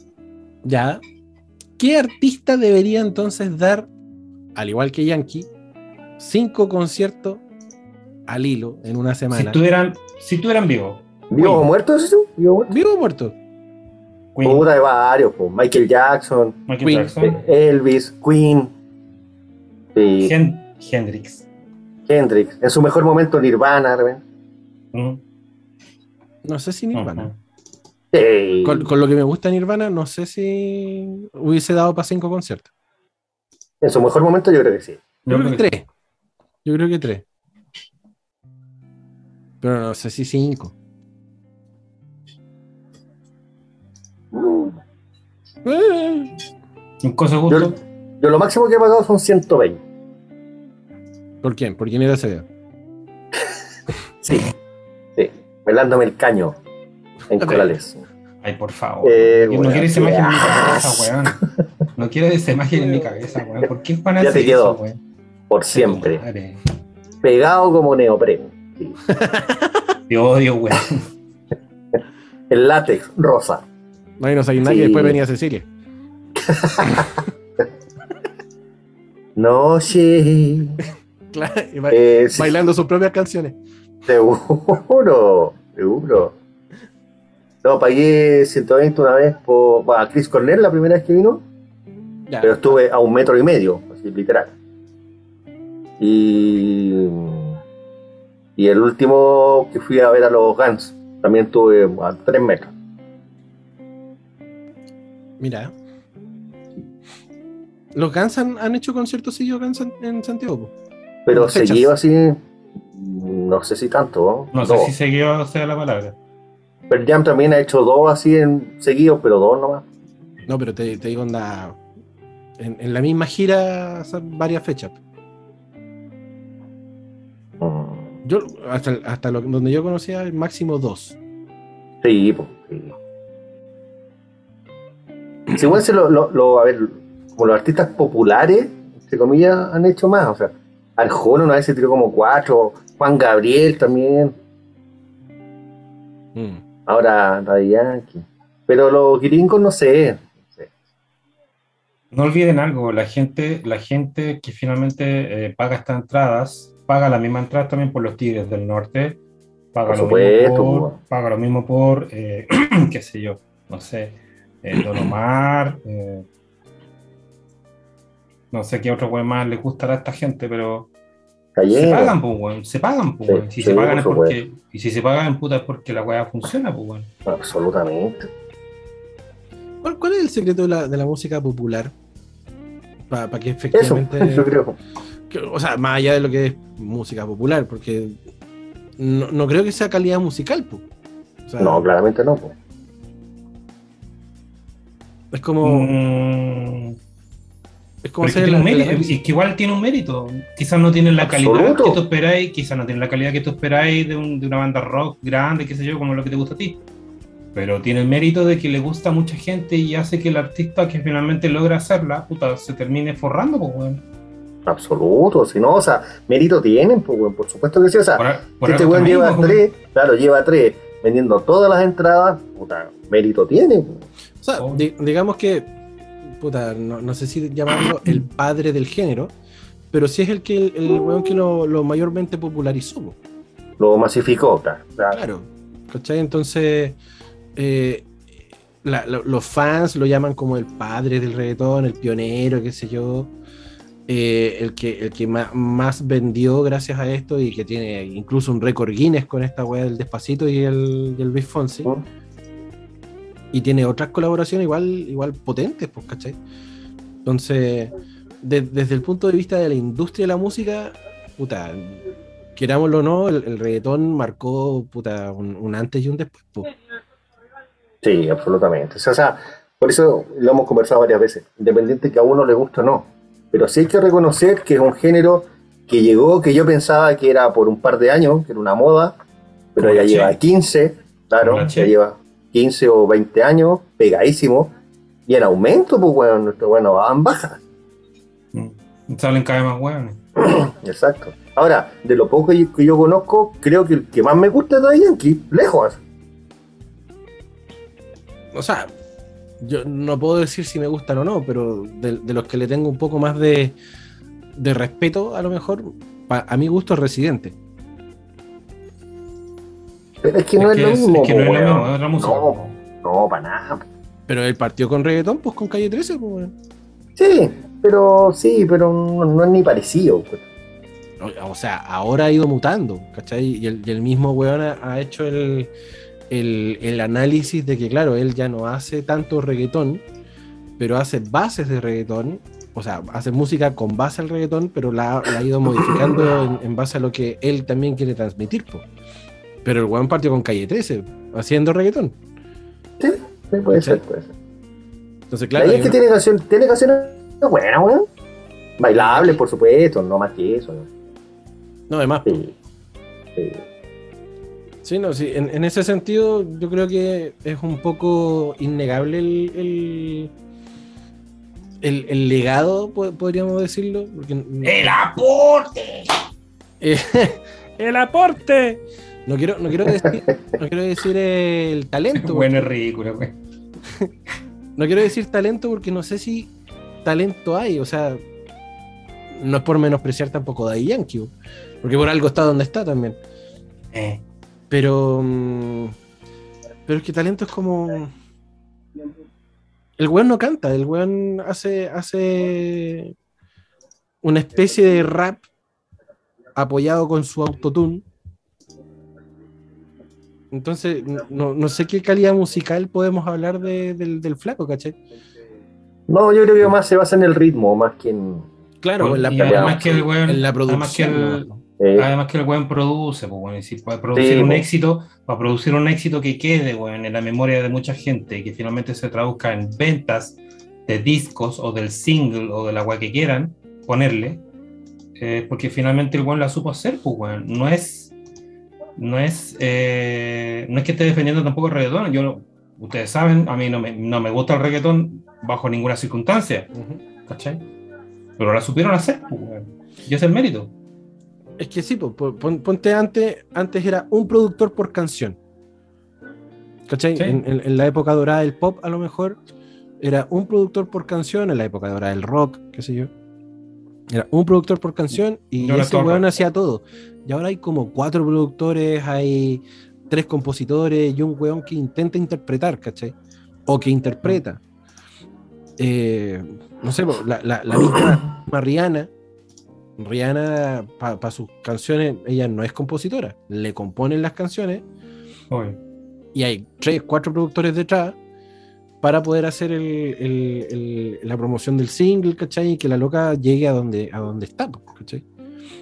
S1: Ya. ¿Qué artista debería entonces dar, al igual que Yankee, cinco conciertos al hilo en una
S2: Si
S1: semana?
S2: estuvieran, si estuvieran vivos,
S3: ¿Vivo o muerto, es eso? ¿Vivo o muerto?
S1: ¿Vivo o muerto?
S2: Queen,
S3: Puta, hay varios, pues. Michael Jackson,
S2: Michael
S1: Queen.
S3: eh,
S2: Jackson,
S3: Elvis, Queen, sí,
S2: Hen- Hendrix.
S3: Hendrix. En su mejor momento, Nirvana. ¿no?
S2: Mm,
S1: No sé si Nirvana.
S2: ujú.
S3: Sí.
S1: Con, con lo que me gusta Nirvana, no sé si hubiese dado para cinco conciertos.
S3: En su mejor momento, yo creo que sí.
S1: Yo,
S2: Yo
S1: creo
S2: creo
S1: que,
S2: que-
S1: tres. Yo creo que tres. Pero no sé si cinco. Eh,
S2: Un cosa de
S3: Yo,
S2: gusto.
S3: yo lo máximo que he pagado son 120.
S1: ¿Por quién? ¿Por quién era ese?
S3: Sí. Sí. Velándome el caño. En Corales.
S2: Ay, por favor.
S3: Eh,
S2: Yo
S3: weón.
S2: no quiero esa imagen en mi cabeza, weón. No quiero esa imagen en mi cabeza, weón. ¿Por qué Juan
S3: Ya
S2: hace
S3: te quedó.
S2: eso, weón?
S3: Por siempre.
S2: Madre.
S3: Pegado como neopreno. Sí.
S2: Te odio, weón.
S3: El látex, rosa.
S1: No, ahí no sabía nadie.
S3: Sí.
S1: Después venía Cecilia.
S3: No, sí.
S1: Claro, y ba-
S3: Eh, sí,
S1: bailando sus propias canciones.
S3: Seguro, seguro. No, pagué 120 una vez por bueno, a Chris Cornell la primera vez que vino,
S1: Ya.
S3: pero estuve a un metro y medio, así literal. Y, y el último que fui a ver a los Guns, también estuve a 3 metros.
S1: Mira. Los Guns han, han hecho conciertos sí, yo Guns en, en Santiago. po.
S3: Pero
S1: Fechas.
S3: seguido así, no sé si tanto, ¿no?
S2: No sé
S3: Dos.
S2: si seguió sea la palabra.
S3: Pearl Jam también ha hecho dos así en seguidos, pero dos nomás.
S1: No, pero te, te digo, onda. En, en la misma gira son varias fechas.
S3: Mm,
S1: Yo, hasta, hasta lo- donde yo conocía, el máximo dos.
S3: Sí, pues. Sí. Si bueno, si lo, lo- lo- a ver, como los artistas populares, entre comillas, han hecho más. O sea, Arjona una vez se tiró como cuatro, Juan Gabriel también, ahora Daddy Yankee. Pero los gringos no sé.
S2: No olviden algo, la gente, la gente que finalmente eh, paga estas entradas, paga la misma entrada también por los Tigres del Norte, paga,
S3: Por
S2: lo,
S3: supuesto, pues,
S2: mismo por,
S3: po.
S2: paga lo mismo por, eh, qué sé yo, no sé, eh, Don Omar, eh, no sé qué otro güey más le gustará a esta gente, pero se
S3: Cayendo.
S2: pagan, pues, weón, se pagan, pues,
S3: Sí,
S2: weón. Si
S3: sí,
S2: se pagan
S3: por
S2: es porque, y si se pagan, puta, es porque la weá funciona, pues, weón.
S3: Absolutamente.
S1: ¿Cuál, cuál es el secreto de la, de la música popular? Para que
S3: Eso,
S1: efectivamente.
S3: yo creo.
S1: que- o sea, más allá de lo que es música popular, porque no, no creo que sea calidad musical. po. O sea,
S3: No, claramente no. po.
S1: es como,
S2: Mm,
S1: es como
S2: pero es, que
S1: hacer
S2: tiene un
S1: la-
S2: mérito, es que igual tiene un mérito. Quizás no tienen la calidad
S3: Absoluto.
S2: que tú esperáis, quizás no tienen la calidad que tú esperáis de, un- de una banda rock grande, qué sé yo, como lo que te gusta a ti. Pero tiene el mérito de que le gusta a mucha gente y hace que el artista que finalmente logra hacerla, puta, se termine forrando, pues, weón.
S3: Absoluto, si no, o sea, mérito tienen, pues, weón, por supuesto que sí. O sea,
S2: Por a- por
S3: si este
S2: algo
S3: weón
S2: también,
S3: lleva
S2: pues, weón.
S3: tres, claro, lleva tres, vendiendo todas las entradas, puta, mérito tiene. pues. po.
S1: O sea,
S2: Oh.
S1: di- digamos que, puta, no, no sé si llamarlo el padre del género, pero sí es el que el, el weón que lo, lo mayormente popularizó, po,
S3: Lo masificó, ta, ta.
S1: claro. ¿Cachai? Entonces, eh, la- lo- los fans lo llaman como el padre del reggaetón, el pionero, qué sé yo. eh, el que, el que ma- más vendió gracias a esto y que tiene incluso un récord Guinness con esta weá del Despacito y el, y el Luis Fonsi.
S3: Mm.
S1: Y tiene otras colaboraciones igual, igual potentes, pues, ¿cachai? Entonces, de- desde el punto de vista de la industria de la música, puta, querámoslo o no, el, el reggaetón marcó, puta, un, un antes y un después, pues.
S3: Sí, absolutamente. O sea, o sea, por eso lo hemos conversado varias veces, independiente que a uno le guste o no. Pero sí hay que reconocer que es un género que llegó, que yo pensaba que era por un par de años, que era una moda, pero
S2: Como
S3: ya
S2: la
S3: lleva
S2: Che.
S3: 15, claro,
S2: Como la
S3: ya
S2: Che.
S3: lleva 15 o 20 años, pegadísimo, y en aumento, pues bueno, nuestro- bueno, va en baja.
S2: Mm, Salen cada vez más weones.
S3: Exacto. Ahora, de lo poco que yo- que yo conozco, creo que el que más me gusta es Daddy Yankee, lejos.
S1: O sea, yo no puedo decir si me gustan o no, pero de, de los que le tengo un poco más de, de respeto, a lo mejor, pa- a mi gusto es residente.
S3: Pero es que no
S2: Es
S3: es,
S2: que
S3: lo
S2: es- es
S3: mismo.
S2: que no es
S3: pues,
S2: lo
S3: weón.
S2: mismo, ¿eh? es otra música.
S3: No, no, para nada.
S1: Pero él partió con reggaetón, pues con calle 13, pues. weón.
S3: Sí, pero sí, pero no, no es ni parecido. pues.
S1: O- O sea, ahora ha ido mutando, ¿cachai? Y el, y el mismo weón ha, ha hecho el, el- el análisis de que, claro, él ya no hace tanto reggaetón, pero hace bases de reggaetón, o sea, hace música con base al reggaetón, pero la, la ha ido modificando en, en base a lo que él también quiere transmitir. po. Pero el weón partió con Calle 13, haciendo reggaetón.
S3: Sí, puede
S1: Sí.
S3: ser, puede ser.
S1: Entonces, claro,
S3: Ahí
S1: hay
S3: es que
S1: una-
S3: tiene canciones, tiene canciones buenas, weón. Bailables, por supuesto, no más que eso. ¿no?
S1: no, además,
S3: Sí. sí.
S1: Sí, no, sí, en, en ese sentido yo creo que es un poco innegable el, el, el- el legado, po- podríamos decirlo. porque-
S2: ¡Eh, ¡El aporte!
S1: Eh, ¡El aporte! No quiero, no quiero decir, no quiero decir el talento.
S2: Bueno, es ridículo, weón.
S1: No quiero decir talento porque no sé si talento hay. O sea, no es por menospreciar tampoco a Daddy Yankee, porque por algo está donde está también.
S2: Eh.
S1: Pero. mm, Pero es que talento es como. El weón no canta, el weón hace, hace una especie de rap apoyado con su autotune. Entonces, no, no sé qué calidad musical podemos hablar de- del, del flaco, ¿cachai?
S3: No, yo creo que más se basa en el ritmo, más que en.
S1: Claro, en la,
S2: Y
S3: pelea,
S2: además que el weón-
S1: en la
S2: además que
S1: producción.
S2: el-
S1: ¿no?
S3: eh,
S2: Además que el weón produce, pues weón, y si para producir
S3: Sí,
S2: un
S3: po.
S2: éxito, para producir un éxito que quede, weón, en la memoria de mucha gente y que finalmente se traduzca en ventas de discos o del single o de la weá que quieran ponerle, eh, porque finalmente el weón la supo hacer, pues weón. No es, no es, eh, no es que esté defendiendo tampoco el reggaetón. Yo, no- ustedes saben, a mí no me, no me gusta el reggaetón bajo ninguna circunstancia,
S1: Ujú.
S2: ¿cachai? Pero la supieron hacer, pues weón. Y ese es el mérito.
S1: Es que sí, po, po- pon- ponte antes, antes era un productor por canción. ¿Cachai?
S2: Sí.
S1: En, en- en la época dorada del pop, a lo mejor, era un productor por canción, en la época dorada del rock, qué sé yo. Era un productor por canción y
S2: Y ahora
S1: ese
S2: todo el
S1: weón
S2: rato.
S1: hacía todo. Y ahora hay como cuatro productores, hay tres compositores y un weón que intenta interpretar, ¿cachai? O que interpreta. Eh, no sé, po, la, la- la misma Rihanna, Rihanna para sus canciones, ella no es compositora, le componen las canciones
S2: Obvio.
S1: y hay tres, cuatro productores detrás para poder hacer el, el- el- la promoción del single, ¿cachai? Y que la loca llegue a donde, a donde está, po, ¿cachai?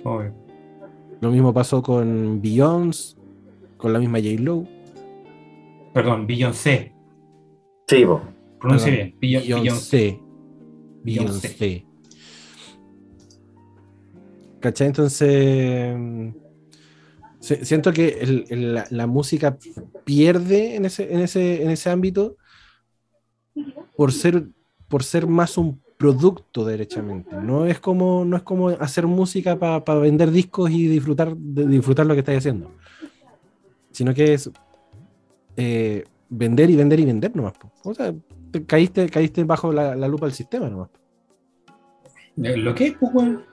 S2: Obvio.
S1: Lo mismo pasó con Beyoncé, con la misma J-Lo.
S2: Perdón, Beyoncé.
S3: Sí, po.
S2: Pronuncie
S1: Perdón,
S2: bien. Billo- Beyoncé.
S1: Beyoncé.
S2: Beyoncé.
S1: Beyoncé. ¿Cachai? Entonces. mm, se- siento que el- el- la, la música pierde en ese, en ese, en ese ámbito por ser, por ser más un producto derechamente. No es como, no es como hacer música para vender discos y disfrutar, de- disfrutar lo que estáis haciendo. Sino que es eh, vender y vender y vender nomás. po. O sea, te caíste, caíste bajo la, la lupa del sistema nomás.
S2: ¿Lo que es, pues, weón?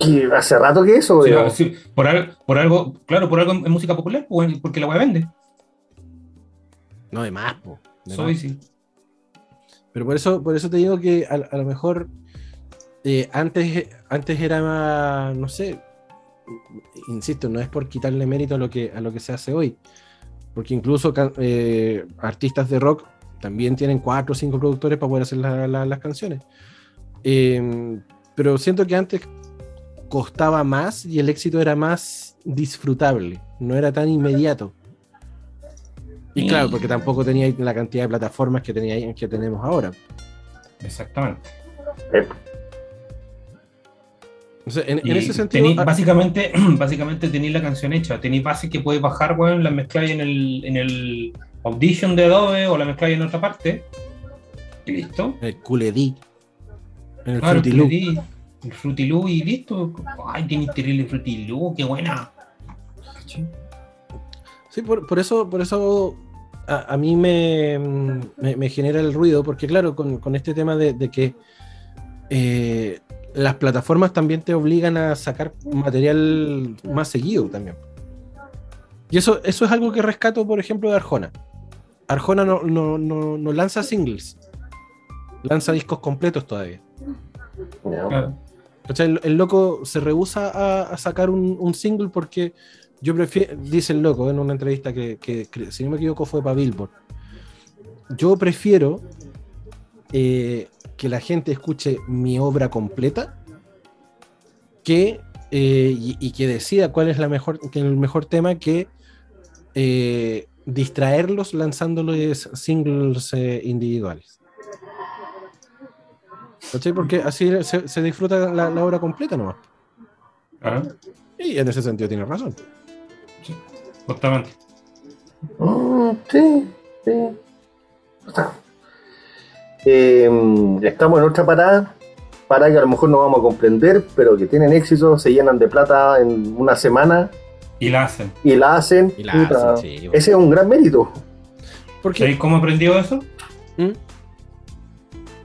S3: Que hace rato que eso,
S2: Sí,
S3: weón.
S2: sí, por, al- por algo, claro, por algo en, en música popular, pues, weón, porque la weá vende.
S1: No de más, po. De
S2: Soy,
S1: más.
S2: sí.
S1: Pero por eso, por eso te digo que a, a lo mejor eh, antes, antes era más, no sé, insisto, no es por quitarle mérito a lo que, a lo que se hace hoy. Porque incluso can- eh, artistas de rock también tienen cuatro o cinco productores para poder hacer la- la- las canciones. Eh, pero siento que antes costaba más y el éxito era más disfrutable, no era tan inmediato. Y claro, porque tampoco tenía la cantidad de plataformas que, tenía, que tenemos ahora.
S2: Exactamente.
S3: Eh,
S1: Entonces, en, en
S2: Y
S1: ese sentido,
S2: tení-
S1: ah,
S2: básicamente, básicamente tenéis la canción hecha, tenéis bases que podéis bajar, weón, la mezcláis en el, en el Audition de Adobe o la mezcláis en otra parte. Y listo.
S1: el culedí, en el
S2: Claro,
S1: Fruity
S2: el
S1: Loop,
S2: Fruity- el Fruity Loop y listo. Ay, tiene terrible Fruity Loop, qué buena.
S1: Ah,
S2: ¿Cachai?
S1: Sí, por, por eso, por eso a, a mí me, me- me genera el ruido, porque claro, con, con este tema de, de que eh, las plataformas también te obligan a sacar material más seguido también. Y eso, eso es algo que rescato, por ejemplo, de Arjona. Arjona no, no- no- no lanza singles, lanza discos completos todavía.
S3: no.
S2: Claro.
S1: O sea, el, el loco se rehúsa a, a sacar un, un single porque yo prefiero, dice el loco en una entrevista que, que cre- si no me equivoco fue para Billboard, yo prefiero eh, que la gente escuche mi obra completa que, eh, y, y que decida cuál es la mejor, que el mejor tema que eh, distraerlos lanzándoles singles eh, individuales. ¿Cachai? Porque así se, se disfruta la, la obra completa nomás.
S2: Claro,
S1: Y en ese sentido tiene razón.
S2: justamente.
S3: Mm, sí, sí. Está. Eh, estamos en otra parada, parada que a lo mejor no vamos a comprender, pero que tienen éxito, se llenan de plata en una semana
S2: Y la hacen.
S3: y la hacen.
S1: Y la
S3: puta.
S1: hacen, sí, bueno.
S3: Ese es un gran mérito.
S1: Porque
S2: ¿Sabéis cómo aprendió eso?
S1: ¿Mm?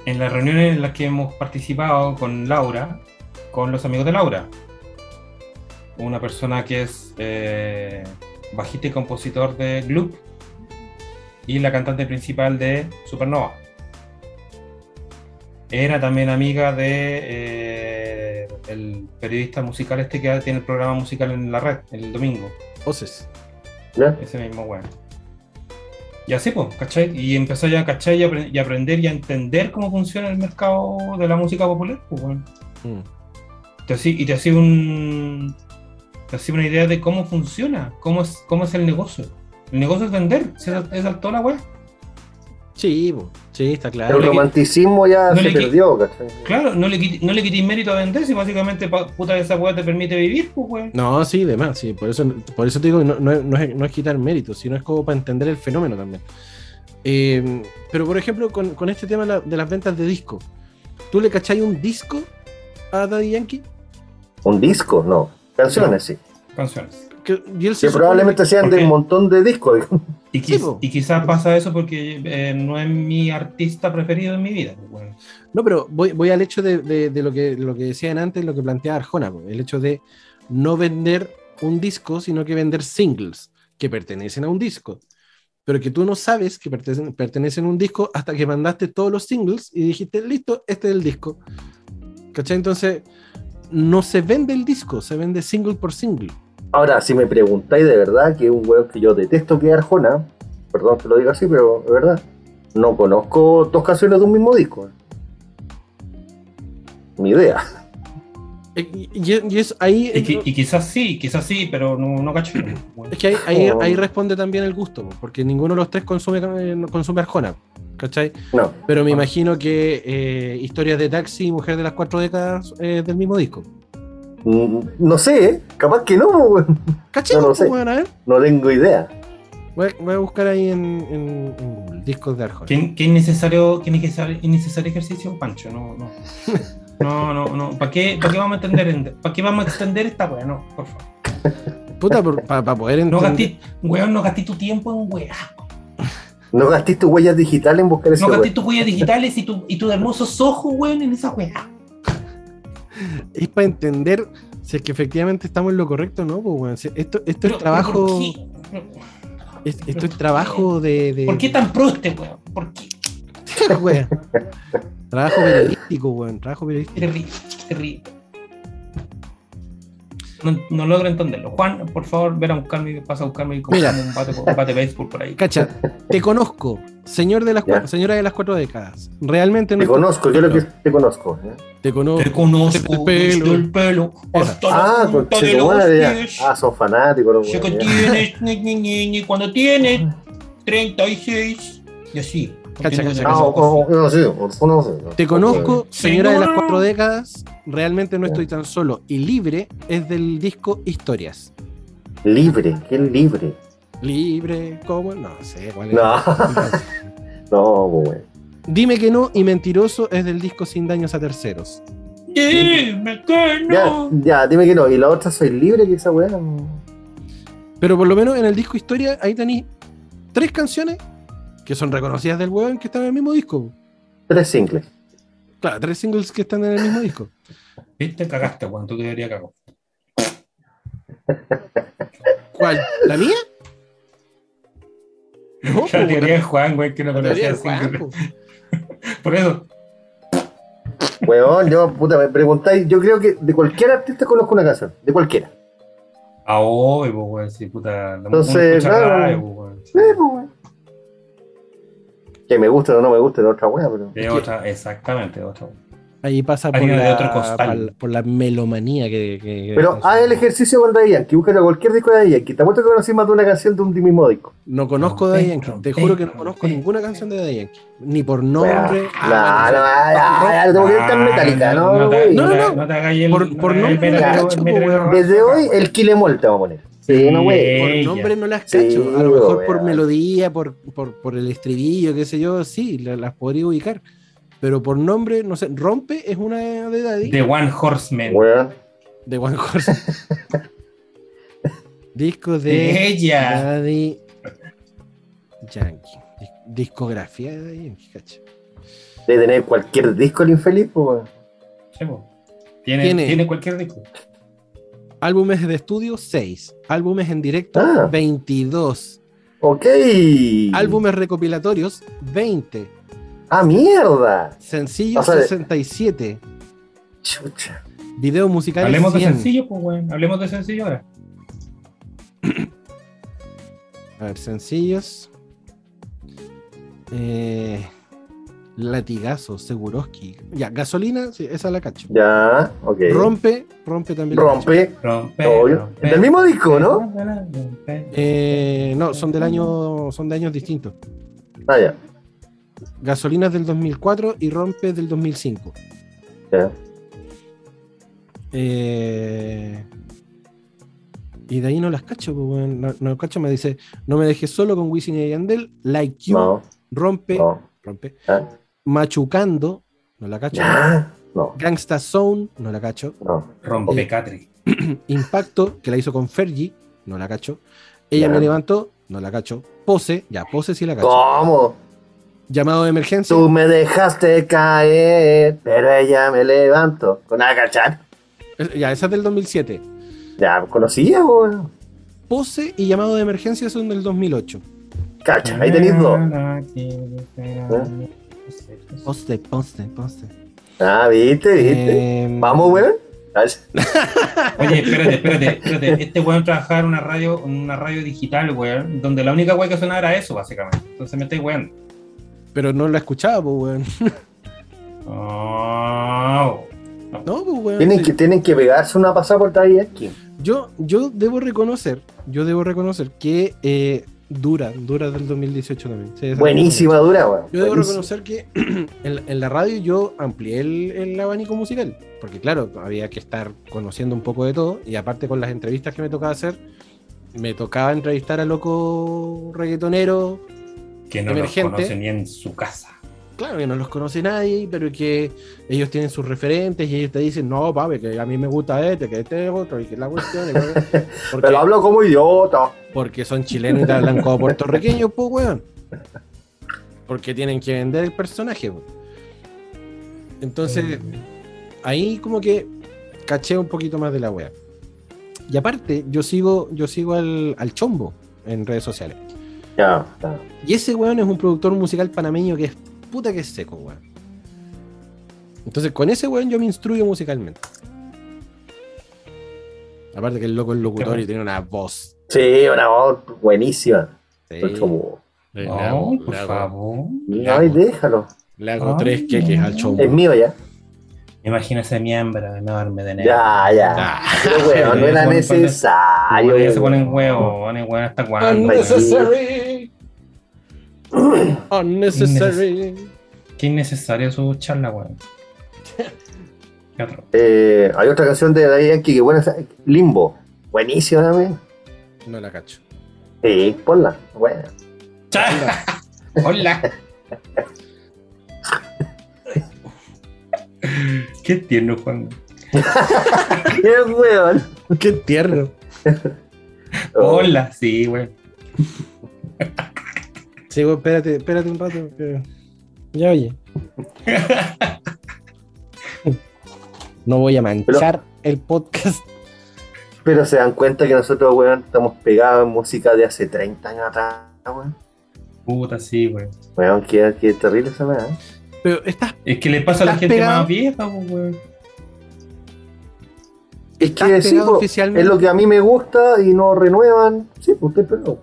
S2: En las reuniones en las que hemos participado con Laura, con los amigos de Laura. Una persona que es eh, bajista y compositor de Gloop y la cantante principal de Supernova. Era también amiga de eh, el periodista musical este que tiene el programa musical en la red el domingo.
S1: voces.
S3: ¿ya?
S2: Ese mismo weón. Y así, pues, ¿cachai? Y empezó ya a cachar y, apre- y aprender y a entender cómo funciona el mercado de la música popular, pues, weón.
S1: Mm.
S2: Te hací- y te hacía un. Te hacía una idea de cómo funciona, cómo es, cómo es el negocio. El negocio es vender, se sal- se saltó la weá.
S1: Sí, po. sí, está
S3: El
S1: claro.
S2: Pero- le qui-
S3: romanticismo ya
S2: no
S3: se
S2: le qui-
S3: perdió, ¿cachai?
S2: Claro, no le, quit- no le quitéis mérito a vender, si básicamente pa- puta esa weá te permite vivir, pues, weón.
S1: No, sí, de más, sí. Por eso, por eso te digo, que no, no es- no es, no es quitar mérito, sino es como para entender el fenómeno también. Eh, pero, por ejemplo, con, con este tema de la- de las ventas de disco, ¿tú le cacháis un disco a Daddy Yankee?
S3: Un disco, no. Canciones, sí.
S2: Canciones.
S1: Que, y él se
S3: Que
S1: supone
S3: probablemente sean de
S2: porque-
S3: un montón de discos.
S2: Y,
S1: Sí,
S2: quiz-
S1: po.
S2: y quizás pasa eso porque eh, no es mi artista preferido en mi vida, pues, weón.
S1: No, pero voy, voy al hecho de, de- de lo, que, lo que decían antes, lo que planteaba Arjona, po, el hecho de no vender un disco, sino que vender singles que pertenecen a un disco, pero que tú no sabes que pertenecen, pertenecen a un disco hasta que mandaste todos los singles y dijiste, listo, este es el disco. ¿Cachai? Entonces, no se vende el disco, se vende single por single.
S3: Ahora, si me preguntáis de verdad, que es un weón que yo detesto que es Arjona, perdón que lo diga así, pero es verdad. no conozco dos canciones de un mismo disco. Ni idea.
S1: Eh, Y, y- y es ahí.
S2: Y, qui- y quizás sí, quizás sí, pero no, no cacho.
S1: Es que ahí, ahí-
S3: Oh.
S1: ahí responde también el gusto, po, porque ninguno de los tres consume, eh, no consume Arjona, ¿cachai?
S3: No.
S1: Pero
S2: Ah.
S1: me imagino que eh, Historias de Taxi y Mujer de las Cuatro Décadas eh, es del mismo disco.
S3: Mm, No sé, ¿eh? capaz que no, pues, weón.
S1: ¿Cachai?
S3: No lo
S1: po,
S3: sé.
S1: weón? a ver.
S3: no tengo idea.
S1: Voy a, voy a buscar ahí en, en- en Google, discos de Arjona.
S2: ¿Qué, qué innecesario, qué innecesario, innecesario ejercicio, Pancho? No, no. No, no, no. ¿Para qué, para qué vamos a entender? ¿Para qué vamos a extender esta weá? No, por favor.
S1: Puta, para poder
S2: No
S1: entender.
S2: gasté, weón, no gasté tu tiempo en weá.
S3: No gasté tus huellas digitales en buscar ese
S2: No gasté
S3: weón.
S2: tus huellas digitales y, tu, y tus hermosos ojos, weón, en esa weá.
S1: es para entender si es que efectivamente estamos en lo correcto o no, po, weón. Si Esto, esto
S2: Pero-
S1: es trabajo.
S2: ¿por qué? Pero-
S1: es- esto
S2: pero
S1: es trabajo de. de
S2: ¿Por qué tan pro este weón? ¿Por qué?
S1: weón. Trabajo periodístico, weón. Trabajo periodístico.
S2: Terrible, terrible. No, no logro entenderlo. Juan, por favor, ven a buscarme, pasa a buscarme y comprarme un bate, un bate de béisbol por ahí.
S1: Cacha, te conozco, señor de las
S3: Ya.
S1: cua- señora de las cuatro décadas. Realmente no
S3: Te conozco, yo lo que te conozco. ¿eh?
S1: te conozco.
S2: Te conozco
S1: El pelo.
S2: desde el pelo
S1: Esa.
S2: hasta la
S3: Ah, con
S2: punta de
S3: che, tu
S2: los
S3: madre, ya.
S2: pies.
S3: Ah, son fanáticos. los
S2: Sé que
S3: weones, ya.
S2: tienes, ni, ni, ni, ni, cuando tienes
S3: Ah.
S2: 36 y así.
S1: Cacha, cacha,
S3: Ah, o- o- no sé, o- no sé, no.
S1: Te conozco, señora de las
S2: Señora.
S1: cuatro décadas. Realmente no
S3: Ya.
S1: estoy tan solo. Y libre es del disco Historias.
S3: Libre, ¿qué libre?
S1: Libre, ¿cómo? No sé cuál es.
S3: No, no, pues, weón.
S1: Dime que no y mentiroso es del disco Sin Daños a Terceros.
S2: Dime que
S3: Ya,
S2: no.
S3: ya, dime que no. Y la otra soy libre, que esa weá. no.
S1: Pero por lo menos en el disco Historia, ahí tenéis tres canciones que son reconocidas del weón que están en el mismo disco.
S3: Tres singles.
S1: Claro, tres singles que están en el mismo disco.
S2: Viste, cagaste, Juan, tú deberías cagar.
S3: Uh,
S1: ¿Cuál? ¿La mía? No, po,
S2: La
S1: weón.
S2: teoría de Juan, güey, que no
S1: La teoría
S2: conocía
S1: del
S2: así.
S1: Juanjo.
S3: pues.
S2: Por eso,
S3: Weón, yo, puta, me preguntáis. Yo creo que de cualquier artista conozco una canción. De cualquiera.
S2: a hoy, pues, güey, sí, puta. La
S3: Entonces,
S2: uno escucha
S3: claro.
S2: radio, pues, güey, sí.
S3: Eh, pues, weón. Que me guste o no me guste, es otra weá, pero.
S2: De otra, exactamente, de otra.
S1: Ahí pasa por
S2: Harina de
S1: la,
S2: otro costal.
S1: por la- por la melomanía que. que- que-
S3: Pero haz el ejercicio con Daddy Yankee, búscate cualquier disco de Daddy Yankee. Te apuesto que conocí más de una canción de un mismo disco.
S1: No conozco de
S2: Trompeta,
S1: Daddy Yankee. Te juro que no
S2: trompeta,
S1: conozco
S2: trompeta.
S1: ninguna canción de Daddy Yankee. Ni por
S3: Weá.
S1: nombre. Ah,
S3: No, no, no, no, no, tengo que ir tan metálica, no,
S2: Ah, No, te-
S3: weón.
S2: no,
S1: No,
S2: te-
S1: no, no.
S2: no te hagas el.
S1: Por- por
S2: no, te hagas el
S1: nombre,
S2: metal-
S3: cacho,
S2: el metal-
S1: weón.
S3: Desde hoy, el Kilemol te vamos a poner.
S2: Sí,
S3: una wea.
S1: Por
S2: ella.
S1: nombre no las
S3: Sí,
S1: cacho. a lo mejor por
S3: weá.
S1: melodía, por, por, por el estribillo, qué sé yo, sí, la- las podría ubicar. Pero por nombre, no sé. Rompe es una de Daddy.
S2: The One Horseman.
S3: Weón.
S1: De One Horse. Disco
S2: De
S1: de
S2: ella.
S1: Daddy Yankee. Dis- Discografía de Daddy Yankee, cacho.
S3: Debe tener cualquier disco el infeliz, pues, weón.
S2: Sí, po. Tiene,
S1: Tiene-
S2: tiene. cualquier disco.
S1: Álbumes de estudio, 6. Álbumes en directo,
S3: Ah.
S1: 22.
S3: Ok.
S1: Álbumes recopilatorios, 20.
S3: ¡Ah, mierda!
S1: Sencillos,
S3: O sea, de-
S1: 67.
S3: Chucha.
S1: Videos musicales,
S2: Hablemos de
S1: 100.
S2: sencillo, pues, weón. Hablemos de sencillo ahora.
S1: A ver, sencillos. Eh, latigazo, Seguroski. Ya, gasolina, sí, esa la cacho.
S3: Ya, ok.
S1: Rompe, rompe también. la cacho.
S3: Rompe.
S2: Rompe.
S3: Obvio.
S2: rompe,
S3: Del mismo disco, ¿no?
S2: rompe.
S1: Eh, no, son del año, son de años distintos.
S3: Ah, ya.
S1: Gasolina es del 2004 y Rompe es del 2005.
S3: ya.
S1: Eh, y de ahí no las cacho, pues, weón. no, no cacho me dice, no me dejes solo con Wisin y Yandel, Like You,
S3: No,
S1: Rompe,
S3: no.
S1: Rompe,
S3: Ah.
S1: Machucando, no la cacho,
S3: Ya. No,
S1: Gangsta Zone, no la cacho,
S3: no.
S2: Rompe, Catri.
S1: Impacto, que la hizo con Fergie, no la cacho, Ella
S3: Ya.
S1: me levantó, no la cacho, Pose, ya, Pose sí la cacho,
S3: ¿Cómo?
S1: Llamado de emergencia,
S3: Tú me dejaste caer, pero ella me levantó. Con agachar.
S1: eh, ya, esa es del 2007,
S3: Ya, conocía, weón.
S1: Pose y Llamado de emergencia son del 2008,
S3: Cacha, ahí tenéis dos.
S1: Eh.
S2: Ah,
S3: ¿Eh?
S1: Pose, Pose, Pose.
S3: Ah, viste, viste.
S1: Eh,
S3: Vamos, weón. Cacha.
S2: Oye, espérate, espérate, espérate. Este weón trabajaba en una radio, en una radio digital, weón, donde la única weón que sonaba era eso, básicamente. Entonces me estáis weón.
S1: Pero no la escuchaba, pues, weón.
S2: Oh.
S1: No, pues, weón.
S3: Tienen que, tienen que pegarse una eh. pasada por Daddy Yankee.
S1: Yo, yo debo reconocer, yo debo reconocer que eh, dura, dura del 2018 también. Sí, esa-
S3: Buenísima dura, weón.
S1: Yo debo
S3: Buenísima.
S1: reconocer que en, en la radio yo amplié el, el abanico musical, porque claro, había que estar conociendo un poco de todo, y aparte con las entrevistas que me tocaba hacer, me tocaba entrevistar a loco reggaetonero,
S2: Que no
S1: Emergente.
S2: los conoce ni en su casa.
S1: claro que no los conoce nadie, pero que ellos tienen sus referentes y ellos te dicen, no, papi, que a mí me gusta este, que este es otro, y que la cuestión, y bla, bla, bla". porque,
S3: Pero hablo como idiota.
S1: porque son chilenos y te hablan como puertorriqueños, pues, weón. Porque tienen que vender el personaje, weón. Entonces,
S2: Mm.
S1: ahí como que caché un poquito más de la wea. Y aparte, yo sigo, yo sigo al, al chombo en redes sociales.
S3: Ya, ya.
S1: Y ese weón es un productor musical panameño que es puta que es seco, weón. Entonces, con ese weón yo me instruyo musicalmente. Aparte que el loco es locutor y tiene una voz.
S3: Sí, una voz buenísima.
S1: sí.
S3: Pues como-
S1: Le,
S2: No,
S1: le hago,
S2: por
S1: le hago-
S2: favor.
S3: Ay, déjalo.
S1: le hago
S2: Ah.
S1: tres queques al chombo.
S3: Es mío ya.
S2: Imagínese miembro enorme de negro.
S3: Ya, ya.
S1: Ah,
S3: Pero, weón, no era
S2: Ponen-
S3: necesario.
S2: Bueno, ya se
S3: weón.
S2: ponen huevos, ponen huevos hasta
S1: Ah,
S2: cuándo.
S1: unnecessary. Unnecessary.
S2: Qué innecesario su charla, weón. ¿Qué otro?
S3: Eh, hay otra canción de Daddy Yankee que buena, esa- Limbo. Buenísima también.
S1: No la cacho.
S3: Sí, ponla. Buena.
S2: Cha- Hola. Qué tierno, Juan.
S3: ¡Qué weón!
S1: Qué tierno.
S3: Oh.
S2: Hola, sí, weón.
S1: Sí, weón, espérate, espérate un rato. que- Ya oye. No voy a manchar el podcast.
S3: Pero se dan cuenta que nosotros, weón, estamos pegados en música de hace 30 años atrás, weón.
S2: Puta, sí, weón.
S3: Weón, qué, qué terrible esa weá. ¿eh?
S1: Pero estás,
S2: Es que le pasa a la
S1: ¿Estás
S2: gente
S1: pegado?
S2: más vieja, pues, weón.
S3: Es
S1: estás
S3: que sí,
S1: pegado
S3: po,
S1: oficialmente.
S3: es lo que a mí me gusta y no renuevan. Sí, pues usted perdón.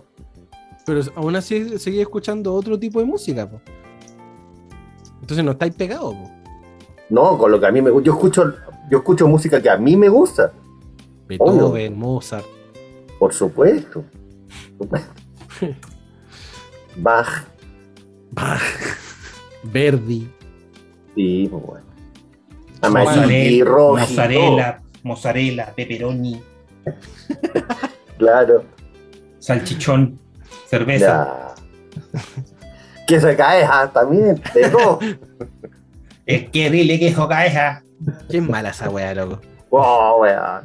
S1: Pero aún así seguís escuchando otro tipo de música. po. Entonces no estáis pegados. po.
S3: No, con lo que a mí me gusta. Yo escucho, yo escucho música que a mí me gusta,
S1: Beethoven, Mozart.
S3: por supuesto. Por supuesto. Bach,
S1: Bach, Verdi.
S3: sí, pues, weón. Amarillo,
S2: Mozzarella,
S3: rojo.
S2: mozzarella, mozzarella, pepperoni,
S3: Claro.
S2: salchichón, cerveza.
S3: Ya. Que se cae ah, también, de todo.
S2: Es que dile que joca esa.
S1: Qué mala esa weá, loco.
S3: Wow, weón.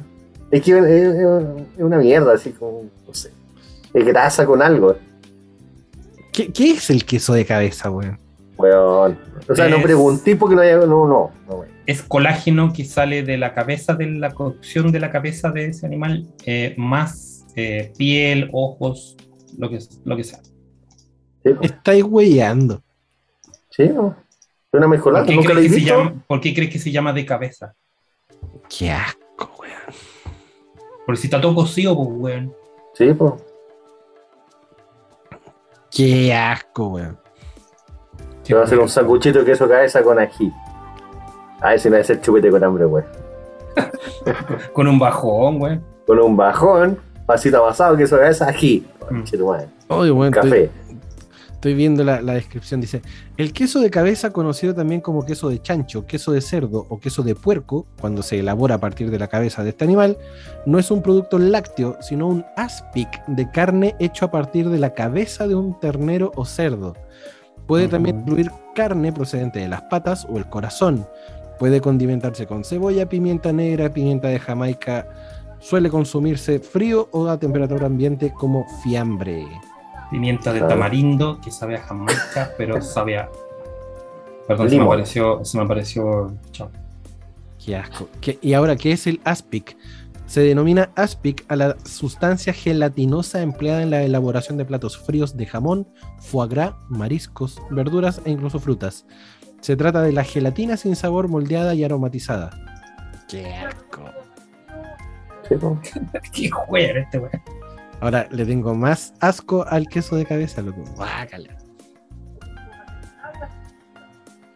S3: Es que es, es- es una mierda, así como, no sé. Es grasa con algo,
S1: ¿Qué, qué es el queso de cabeza, weón?
S3: weón. O sea, no
S2: Es-
S3: pregunté porque no haya. No, no, no, weón.
S2: Es colágeno que sale de la cabeza, de la cocción de la cabeza de ese animal, eh, más eh, piel, ojos, lo que, lo que sea.
S3: Sí, po.
S1: Estáis weyando.
S3: sí, po.
S2: ¿Por
S3: Suena mejorada,
S2: qué,
S3: nunca lo he
S2: crees que se
S3: visto.
S2: llama, por qué crees que se llama de cabeza?
S1: Qué asco, weón.
S2: Porque si está todo cocido, pues, weón.
S3: Sí, po.
S1: Qué asco, weón.
S3: Se va a hacer un sanguchito de queso cabeza con ají. A ver si me hace el chupete con hambre, weón.
S2: Con un bajón, weón.
S3: Con un bajón, pasito amasado, queso cabeza, ají.
S2: Mm.
S3: Che, tu madre.
S1: Oye, weón, estoy,
S3: Café.
S1: estoy viendo la, la descripción. Dice: El queso de cabeza, conocido también como queso de chancho, queso de cerdo o queso de puerco, cuando se elabora a partir de la cabeza de este animal, no es un producto lácteo, sino un aspic de carne hecho a partir de la cabeza de un ternero o cerdo. Puede también
S2: Ujú.
S1: incluir carne procedente de las patas o el corazón. Puede condimentarse con cebolla, pimienta negra, pimienta de Jamaica. Suele consumirse frío o a temperatura ambiente como fiambre.
S2: Pimienta de
S3: Claro.
S2: tamarindo, que sabe a jamaica, pero sabe a. Perdón, se me
S3: Limón.
S2: apareció. Se me apareció. Chao.
S1: Qué asco. ¿Qué- y ahora, ¿qué es el aspic? Se denomina aspic a la sustancia gelatinosa empleada en la elaboración de platos fríos de jamón, foie gras, mariscos, verduras e incluso frutas. Se trata de la gelatina sin sabor moldeada y aromatizada. Qué asco.
S3: Sí, po.
S2: Qué juega este weón.
S1: Ahora le tengo más asco al queso de cabeza, loco. Guácala.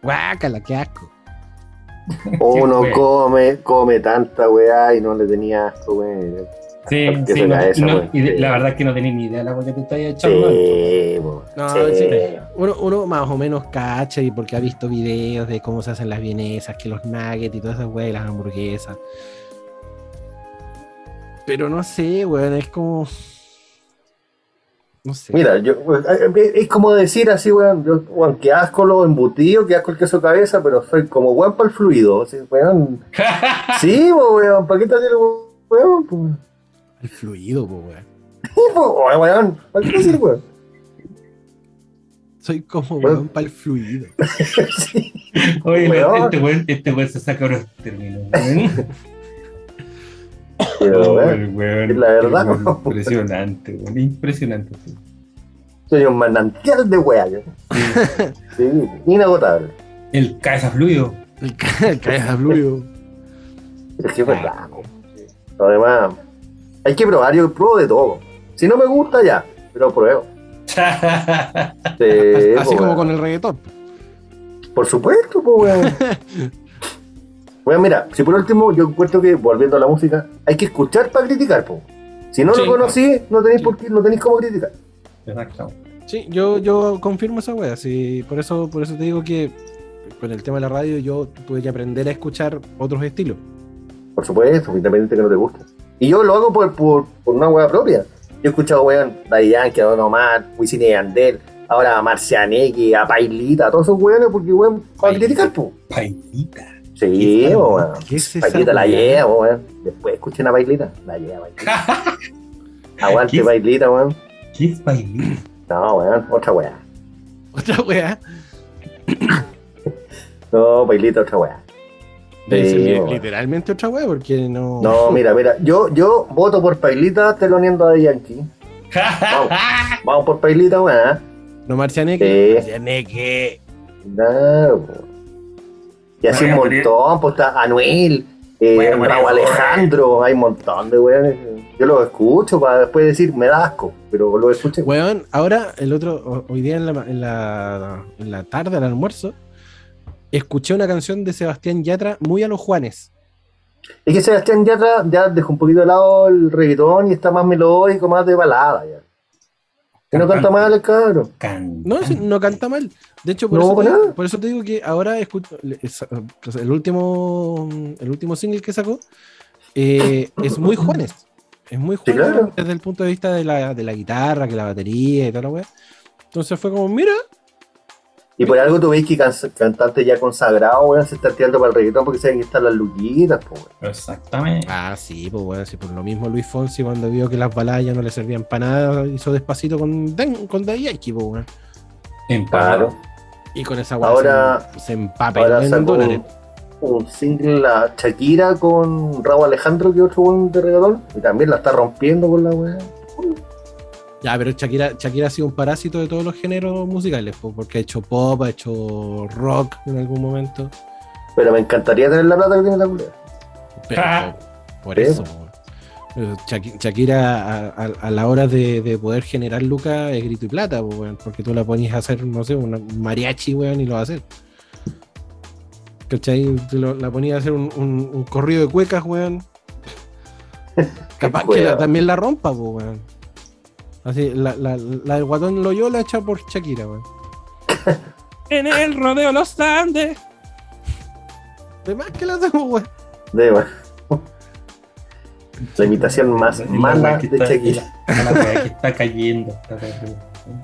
S1: Guácala, qué asco.
S3: Uno
S2: Sí,
S3: come, come tanta weá y no le tenía asco, weón.
S2: Sí,
S3: Porque
S2: sí,
S3: se
S2: no-
S3: cae esa,
S2: no-
S3: weón.
S2: y de- la verdad es que no tenía ni idea de la weá que te estáis echando.
S3: Sí, po,
S1: No,
S3: sí.
S1: sí. Uno, uno más o menos cacha y porque ha visto videos de cómo se hacen las vienesas, que los nuggets y todas esas weas y las hamburguesas. Pero no sé, weón, es como. No sé.
S3: Mira, yo, eh, es como decir así, weón, yo, weón, que asco los embutidos, que asco el queso cabeza, pero soy como weón para el fluido. Sí, weón. Sí, po, weón, ¿para qué te sirve, weón? po?
S1: El fluido, po, weón.
S3: Sí, po, weón, ¿para qué te sirve, weón?
S1: Soy como
S3: Weón.
S1: weón para el fluido.
S3: Sí.
S2: Oye, lo-
S3: Weón.
S2: este weón este weón se saca unos términos. weón.
S3: Pero,
S2: Oh,
S3: weón,
S2: el weón,
S3: es la verdad,
S2: el weón,
S3: weón.
S2: Impresionante, weón, Impresionante. sí.
S3: soy un manantial de weá. yo. Sí, inagotable.
S2: El cabeza fluido.
S1: El, ca- el cabeza fluido.
S3: Es que es verdad, po. Además, hay que probar, yo pruebo de todo. Si no me gusta, ya, pero pruebo. Sí,
S1: Así
S3: po,
S1: como
S3: weón.
S1: con el reggaetón.
S3: Por supuesto, pues, weón. Weón, mira, si por último yo encuentro que, volviendo a la música, hay que escuchar para criticar, pues. Si no
S2: Sí.
S3: lo conocí, no tenéis, por qué- no tenéis cómo criticar.
S2: Exacto.
S1: Sí, yo, yo confirmo esa wea. Sí, por eso, por eso te digo que con el tema de la radio yo tuve que aprender a escuchar otros estilos.
S3: Por supuesto, independiente que no te guste. Y yo lo hago por, por, por una weá propia. Yo he escuchado, weón, Daddy Yankee, a Don Omar, Wisin y Yandel, ahora a Marcianeque, a Pailita, a todos esos weones, porque, weón, para
S2: Pailita.
S3: criticar, pues.
S2: Pailita.
S3: Sí,
S1: ¿Qué-
S3: po, weón.
S1: ¿Qué es esa
S3: Pailita la
S1: wea?
S3: lleva, po, weón. Después escuchen a Pailita. La lleva, Pailita. Aguante,
S2: ¿Qué?
S3: Pailita, weón.
S2: ¿Qué es Pailita?
S3: No, weón, otra weá.
S1: Otra wea.
S3: No, Pailita, otra weá.
S1: Debe ser
S3: Sí, wea.
S1: literalmente otra wea porque no.
S3: No, mira, mira, yo, yo voto por Pailita teloneando a Yankee. Vamos, vamos por Pailita, weón. ¿eh?
S1: No Marcianeque.
S3: Sí.
S1: Marcianeque.
S3: Claro, po. Y así
S2: Bueno,
S3: un
S2: Gabriel.
S3: montón, pues está Anuel, eh,
S2: Bueno, bueno,
S3: Raúl
S2: bueno.
S3: Alejandro, hay un montón de weones. Yo los escucho para después decir, me da asco, pero lo escuché.
S1: Weón, ahora el otro, ho- hoy día en la, en la, en la tarde, al almuerzo, escuché una canción de Sebastián Yatra muy a los Juanes.
S3: Es que Sebastián Yatra ya dejó un poquito de lado el reggaetón y está más melódico, más de balada ya. Que no canta mal el cabrón.
S2: Can-
S1: No, sí, no canta mal. De hecho, por,
S3: No,
S1: eso, te,
S3: nada.
S1: por eso te digo que ahora escucho le- es- pues, el último, el último single que sacó eh, es muy Juanes. Es muy Juanes
S3: claro.
S1: desde el punto de vista de la, de la guitarra, que la batería y toda la wea. Entonces fue como, mira,
S3: Y por algo tú veis que can- cantantes ya consagrados, weón, se están tirando para el reggaetón porque saben que están las luquitas, po, weón.
S2: Exactamente.
S1: Ah, sí, pues bueno, sí, por lo mismo Luis Fonsi cuando vio que las baladas ya no le servían para nada, hizo despacito con, Dan- con Daddy Yankee, pues bueno.
S2: En
S3: Claro.
S1: Y con esa weá
S3: Ahora-
S1: se, se empapeló
S3: Ahora
S1: en
S3: sacó
S1: dólares.
S3: un, un single la Shakira con Raúl Alejandro, que otro buen de reggaetón, y también la está rompiendo con la weá.
S1: Ya, pero Shakira, Shakira ha sido un parásito de todos los géneros musicales, pues, porque ha hecho pop, ha hecho rock en algún momento.
S3: Pero me encantaría tener la plata que tiene la culera.
S1: Pero
S2: Ah.
S1: por
S3: Sí.
S1: eso, po. Pero Shaki- Shakira a, a- a la hora de, de poder generar lucas es grito y plata, po, weón, porque tú la pones a hacer, no sé, una- un mariachi, weón, y lo va a hacer. ¿Cachai? Tú lo- la ponías a hacer un, un- un corrido de cuecas, weón. Capaz que la-
S3: Cueva.
S1: también la rompa, po, weón. Así, la, la, la del guatón Loyola hecha por Shakira, weón. en el rodeo Los Andes. De más que la tengo, weón.
S3: De más. La imitación más
S2: Es la
S3: mala
S2: weá que
S3: de
S2: está-
S3: Shakira.
S2: es La, es la weá que está cayendo. está cayendo.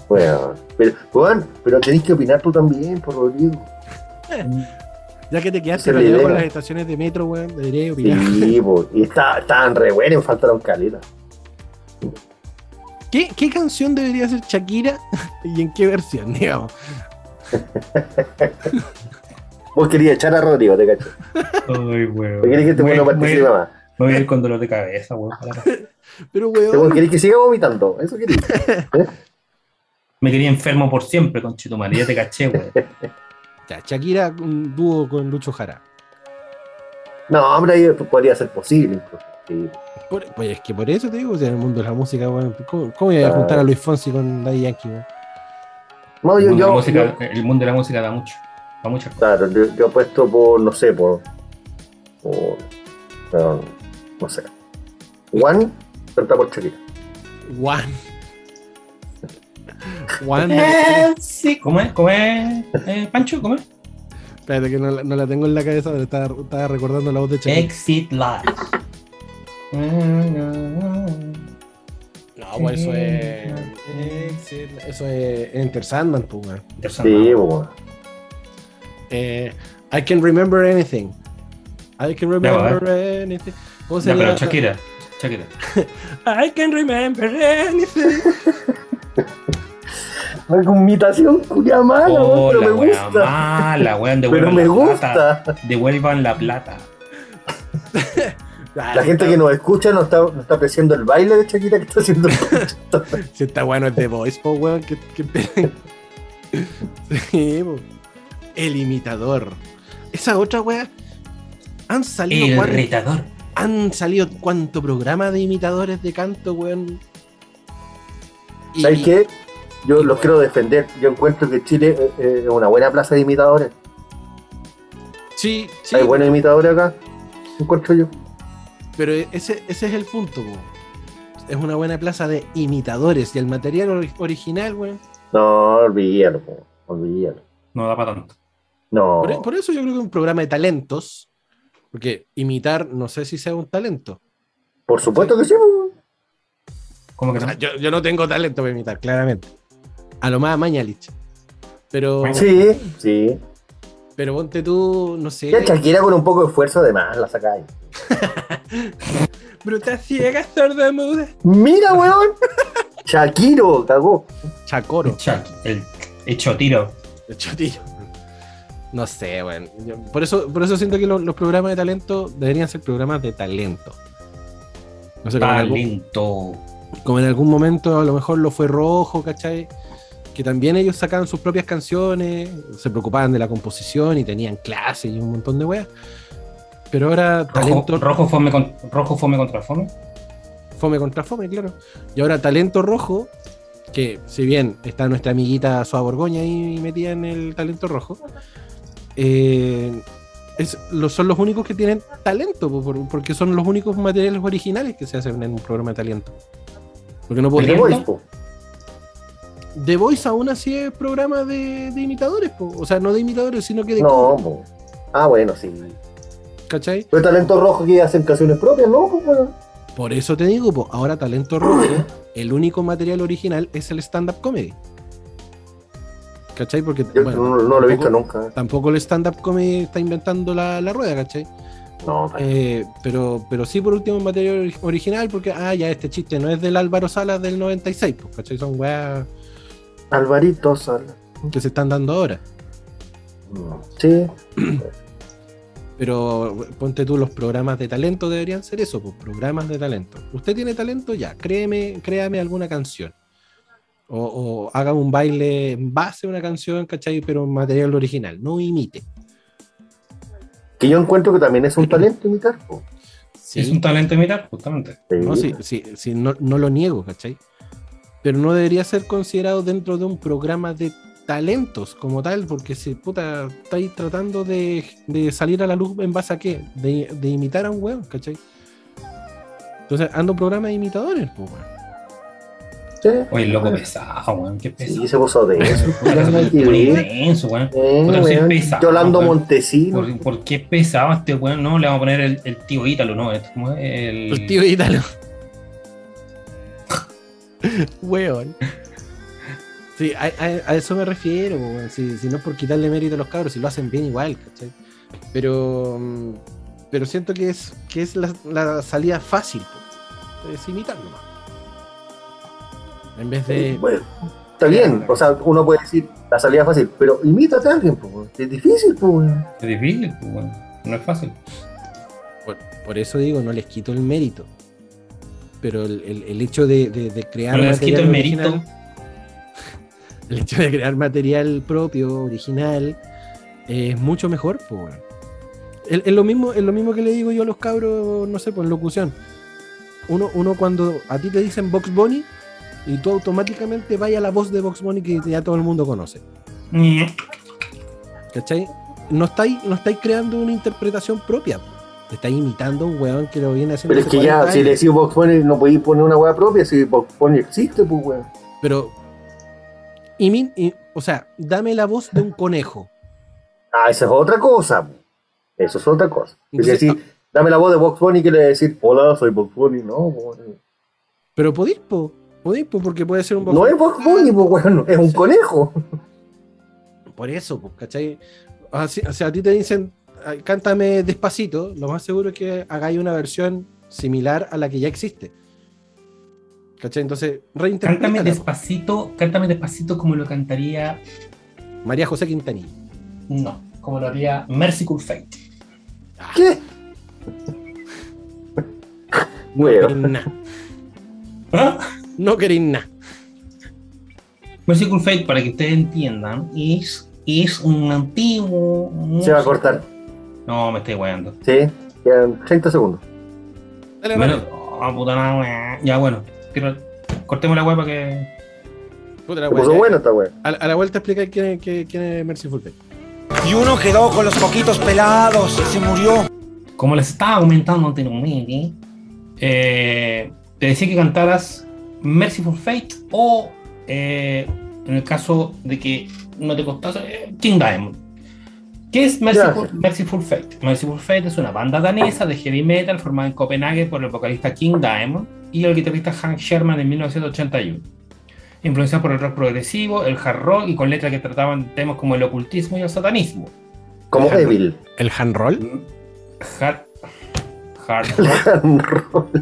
S3: Bueno, pero, weón, pero tenés que opinar tú también, por Rodrigo.
S1: Ya que te
S3: Esa
S1: quedaste
S3: es la
S1: rodeado
S3: idea.
S1: con las estaciones de metro, weón, debería opinar.
S3: Sí, po, y está, estaban re buenos, faltaron caleta.
S1: ¿Qué, qué canción debería ser Shakira y en qué versión, digamos?
S3: Vos querías echar a Rodrigo, te cacho.
S2: Ay, weón.
S3: Vos querés que este
S2: Voy-
S3: bueno participe
S2: voy-
S3: más.
S2: voy a ir con dolor de cabeza, weón. para la casa.
S1: Pero,
S3: Vos
S1: weón,
S3: querés que siga vomitando, eso querés.
S2: Me quería enfermo por siempre, conchetumare. Ya te caché, weón.
S1: ya, Shakira un dúo con Lucho Jara.
S3: No, hombre, ahí podría ser posible. incluso. Sí.
S1: Por- pues es que por eso te digo, o sea, en el mundo de la música, weón, ¿cómo, cómo iba a juntar a Luis Fonsi con Daddy Yankee, weón?
S3: No,
S2: El
S3: yo,
S2: mundo de la
S3: yo, yo-
S2: música- El mundo de la música da mucho. para muchas cosas.
S3: Claro, yo, yo apuesto por, no sé, por. por no, no sé. Juan, trata por Shakira.
S1: Juan. Juan.
S2: Eh, ¿Cómo es? ¿Cómo es? eh, Pancho, ¿cómo es?
S1: Espérate que no, la- no la tengo en la cabeza, pero estaba, estaba recordando la voz de Shakira.
S2: Exit Live.
S1: No, pues eso es. Exit- Eso es Enter Sandman, pues, weón.
S2: Ah.
S3: Sí, bueno.
S1: Eh, I can remember anything. I can remember anything. ¿Cómo
S2: No,
S1: sería?
S2: eh. pero Shakira. Shakira.
S1: I can remember anything.
S3: Algo imitación cuya mala, weón,
S2: Hola,
S3: Ah, pero me
S2: Oh, weá,
S3: gusta.
S2: mala, weón.
S3: Pero
S2: Devuelvan
S3: me
S2: la plata.
S3: gusta.
S2: Devuelvan la plata.
S1: Ah,
S3: La gente que nos escucha no está, no está apreciando el baile de Shakira que está haciendo.
S1: Si está bueno es The Voice, po, weón. Que, que... sí, po. El imitador. Esa otra wea. Han salido,
S2: El
S1: cuan-
S2: retador.
S1: han salido cuánto programa de imitadores de canto, weón. Y-
S3: ¿Sabes qué? Yo los quiero defender. Yo encuentro que Chile eh, eh, es una buena plaza de imitadores.
S1: Sí, sí.
S3: Hay buenos imitadores acá. Encuentro yo.
S1: Pero ese, ese es el punto, po. Es una buena plaza de imitadores. Y el material ori- original, weón.
S3: No, olvídalo, po, olvídalo.
S2: No da para tanto.
S3: No.
S1: Por, e- por eso yo creo que un programa de talentos. Porque imitar, no sé si sea un talento.
S3: Por supuesto que sí, po.
S2: ¿Cómo que
S1: O
S2: no?
S1: sea, yo, yo no tengo talento para imitar, claramente. A lo más Mañalich. Pero,
S3: Ah, Sí, sí.
S1: pero ponte tú, no sé.
S3: Ya Shakira con un poco de esfuerzo además la sacáis.
S1: Bruta ciega, sorda muda.
S3: ¡Mira, weón! Shakiro, cagó.
S1: Chacoro.
S2: Shak- el hecho tiro.
S1: El chotillo. No sé, weón. Yo- Por eso, por eso siento que lo- los programas de talento deberían ser programas de talento. No sé, como en, algún,
S2: Talento.
S1: como en algún momento a lo mejor lo fue Rojo, ¿cachai? Que también ellos sacaban sus propias canciones, se preocupaban de la composición y tenían clases y un montón de weas. Pero ahora
S2: Rojo,
S1: talento
S2: rojo, fome con, rojo fome contra fome.
S1: fome contra fome, claro. Y ahora talento rojo, que si bien está nuestra amiguita Suá Borgoña ahí metida en el talento rojo, eh, es, los- son los únicos que tienen talento, po, por- porque son los únicos materiales originales que se hacen en un programa de talento. Porque no
S3: El The
S1: podrían.
S3: Voice, pues, po.
S1: The Voice aún así es programa de, de imitadores, po. o sea, no de imitadores, sino que de.
S3: No, po. Ah, bueno, sí.
S1: ¿Cachai?
S3: Pero talento rojo que hacen canciones propias, ¿no? po, weón?
S1: Por eso te digo, po, ahora Talento Rojo, el único material original es el stand-up comedy. ¿Cachai? Porque
S3: Yo
S1: bueno,
S3: no, no lo he visto
S1: tampoco-
S3: nunca.
S1: Tampoco el stand-up comedy está inventando la, la rueda, ¿cachai?
S3: No, pa-
S1: Eh, pero, pero sí, por último, el material ori- original, porque, ah, ya este chiste no es del Álvaro Salas del 96, pues, ¿cachai? Son weas
S3: Alvarito Sala.
S1: que se están dando ahora. Mm.
S3: No. Sí.
S1: Pero ponte tú, los programas de talento deberían ser eso, pues, programas de talento. Usted tiene talento, ya, créeme, créame alguna canción. O, o haga un baile en base a una canción, ¿cachai? Pero en material original, no imite.
S3: Que yo encuentro que también es un talento imitar, po.
S1: Sí,
S2: Es un talento imitar, justamente.
S3: Sí.
S1: no, sí, sí, sí, no, no lo niego, ¿cachai? Pero no debería ser considerado dentro de un programa de talentos como tal, porque si puta, estáis tratando de, de salir a la luz en base a qué? De, de imitar a un weón, ¿cachai? Entonces, ando un programa de imitadores, pues, weón.
S3: Sí.
S2: Oye, loco pesado, weón. Qué pesado.
S3: Y se puso de eso.
S2: Puta,
S3: Ya
S2: se
S3: me
S2: pone
S3: tiré.
S2: intenso, weón.
S3: Eh,
S2: Puta, soy
S3: weón.
S2: pesado,
S3: Yolando
S2: weón.
S3: Montesino.
S2: ¿Por, por qué pesado este weón? No, le vamos a poner el, el tío Ítalo, ¿no? Este, ¿cómo es? El,
S1: El Pues, tío Ítalo. Weón. Sí, a, a- a eso me refiero, po, weón. Si, si no es por quitarle mérito a los cabros, si lo hacen bien igual, ¿cachai? Pero, mm, pero siento que es, que es la, la salida fácil, po. es imitar nomás. En vez de.
S3: Bueno, está bien. O sea, uno puede decir la salida es fácil, pero imítate a alguien, po. weón. Es difícil, po. weón.
S2: Es difícil, pues, weón. No es fácil.
S1: Por, por eso digo, no les quito el mérito. Pero el, el- el hecho de, de- de crear.
S2: No les quito
S1: material
S2: el mérito.
S1: el hecho de crear material propio, original, eh, es mucho mejor, pues, weón. Es, es lo mismo, es lo mismo que le digo yo a los cabros, no sé, pues en locución. Uno, uno cuando a ti te dicen Box Bunny y tú automáticamente vaya a la voz de Box Bunny que ya todo el mundo conoce. ¿Cachai? No estáis, no estáis creando una interpretación propia. Te estáis imitando a un weón que lo viene haciendo.
S3: Pero es
S1: hace
S3: que ya,
S1: 40
S3: si le
S1: años.
S3: decís Box Bunny, no podéis poner una weá propia, si Box Bunny existe, pues weón.
S1: Pero. y min- y- o sea, dame la voz de un conejo.
S3: Ah, esa es otra cosa. po. Eso es otra cosa. Es
S1: Entonces,
S3: decir, dame la voz de Box Bunny que le voy a decir, hola, soy Box Bunny. No, po, weón.
S1: Pero podís, po. Podís, po, porque puede ser un
S3: no es Box Bunny, pues weón, es un conejo.
S1: Por eso, po, ¿cachai? Así- o sea, a ti te dicen, "Ay, cántame despacito. Lo más seguro es que hagáis una versión similar a la que ya existe. ¿Cachai? Entonces,
S2: Cántame
S1: reinterprétala. po.
S2: despacito, cántame despacito como lo cantaría.
S1: María José Quintanilla.
S2: No, como lo haría Merciful Fate.
S3: ¿Qué?
S1: No
S3: Weón.
S1: queréis nada.
S2: ¿Ah?
S1: No queréis nada.
S2: Merciful Fate, para que ustedes entiendan, es, es un antiguo.
S3: Se va a
S2: músico-
S3: cortar.
S2: No, me estoy weando.
S3: Sí, quedan 30 segundos.
S1: Dale,
S2: Bueno,
S1: Mario.
S2: oh, puta la wea. Ya, bueno, tiro- cortemos la wea para que.
S1: Puta la
S3: Se
S1: wea,
S3: puso
S1: ya.
S3: bueno esta weón.
S1: A, a la vuelta explica quién, es- quién, quién es Mercyful Fate.
S6: Y uno quedó con los coquitos pelados, se murió.
S2: Como les estaba comentando anteriormente, eh, te decía que cantaras Merciful Fate o, eh, en el caso de que no te costase, eh, King Diamond. ¿Qué es Merciful,
S3: Gracias.
S2: Merciful Fate? Merciful Fate es una banda danesa de heavy metal formada en Copenhague por el vocalista King Diamond y el guitarrista Hank Sherman en 1981. Influenciada por el rock progresivo, el hard rock y con letras que trataban temas como el ocultismo y el satanismo.
S3: Como Evil.
S1: ¿El hand roll?
S2: Hard, hard rock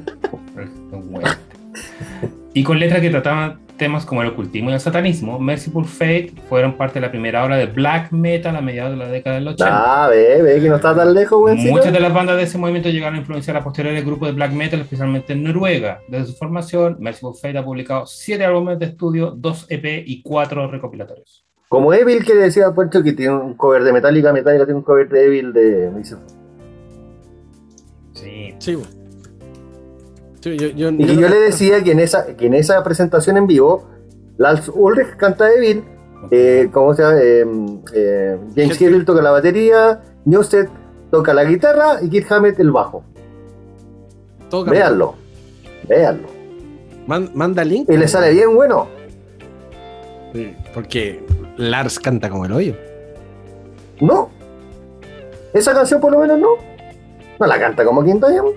S2: Y con letras que trataban temas como el ocultismo y el satanismo, Merciful Fate fueron parte de la primera ola de black metal a mediados de la década del 80.
S3: Ah, ve, ve que no está tan lejos, weón. sí,
S2: Muchas
S3: ¿no?
S2: de las bandas de ese movimiento llegaron a influenciar a posteriores grupos de black metal, especialmente en Noruega. Desde su formación, Merciful Fate ha publicado siete álbumes de estudio, dos EP y cuatro recopilatorios.
S3: Como Evil que le decía a Puerto que tiene un cover de Metallica, Metallica tiene un cover de Evil de. me dice,
S2: Sí.
S1: Sí, bo. Sí, yo, yo-
S3: Y que yo le decía que en esa, que en esa presentación en vivo, Lars Ulrich canta Evil, eh, ¿cómo se llama? Eh, eh,
S1: Gente.
S3: James Kirby toca la batería, Newsted toca la guitarra y Kit Hammett el bajo.
S1: Toca, bo.
S3: Véanlo, véanlo.
S1: Man- manda link.
S3: Y le sale bien bueno.
S1: Sí, Porque Lars canta como el hoyo.
S3: No. Esa canción por lo menos no. No la canta como Quinta Diamond.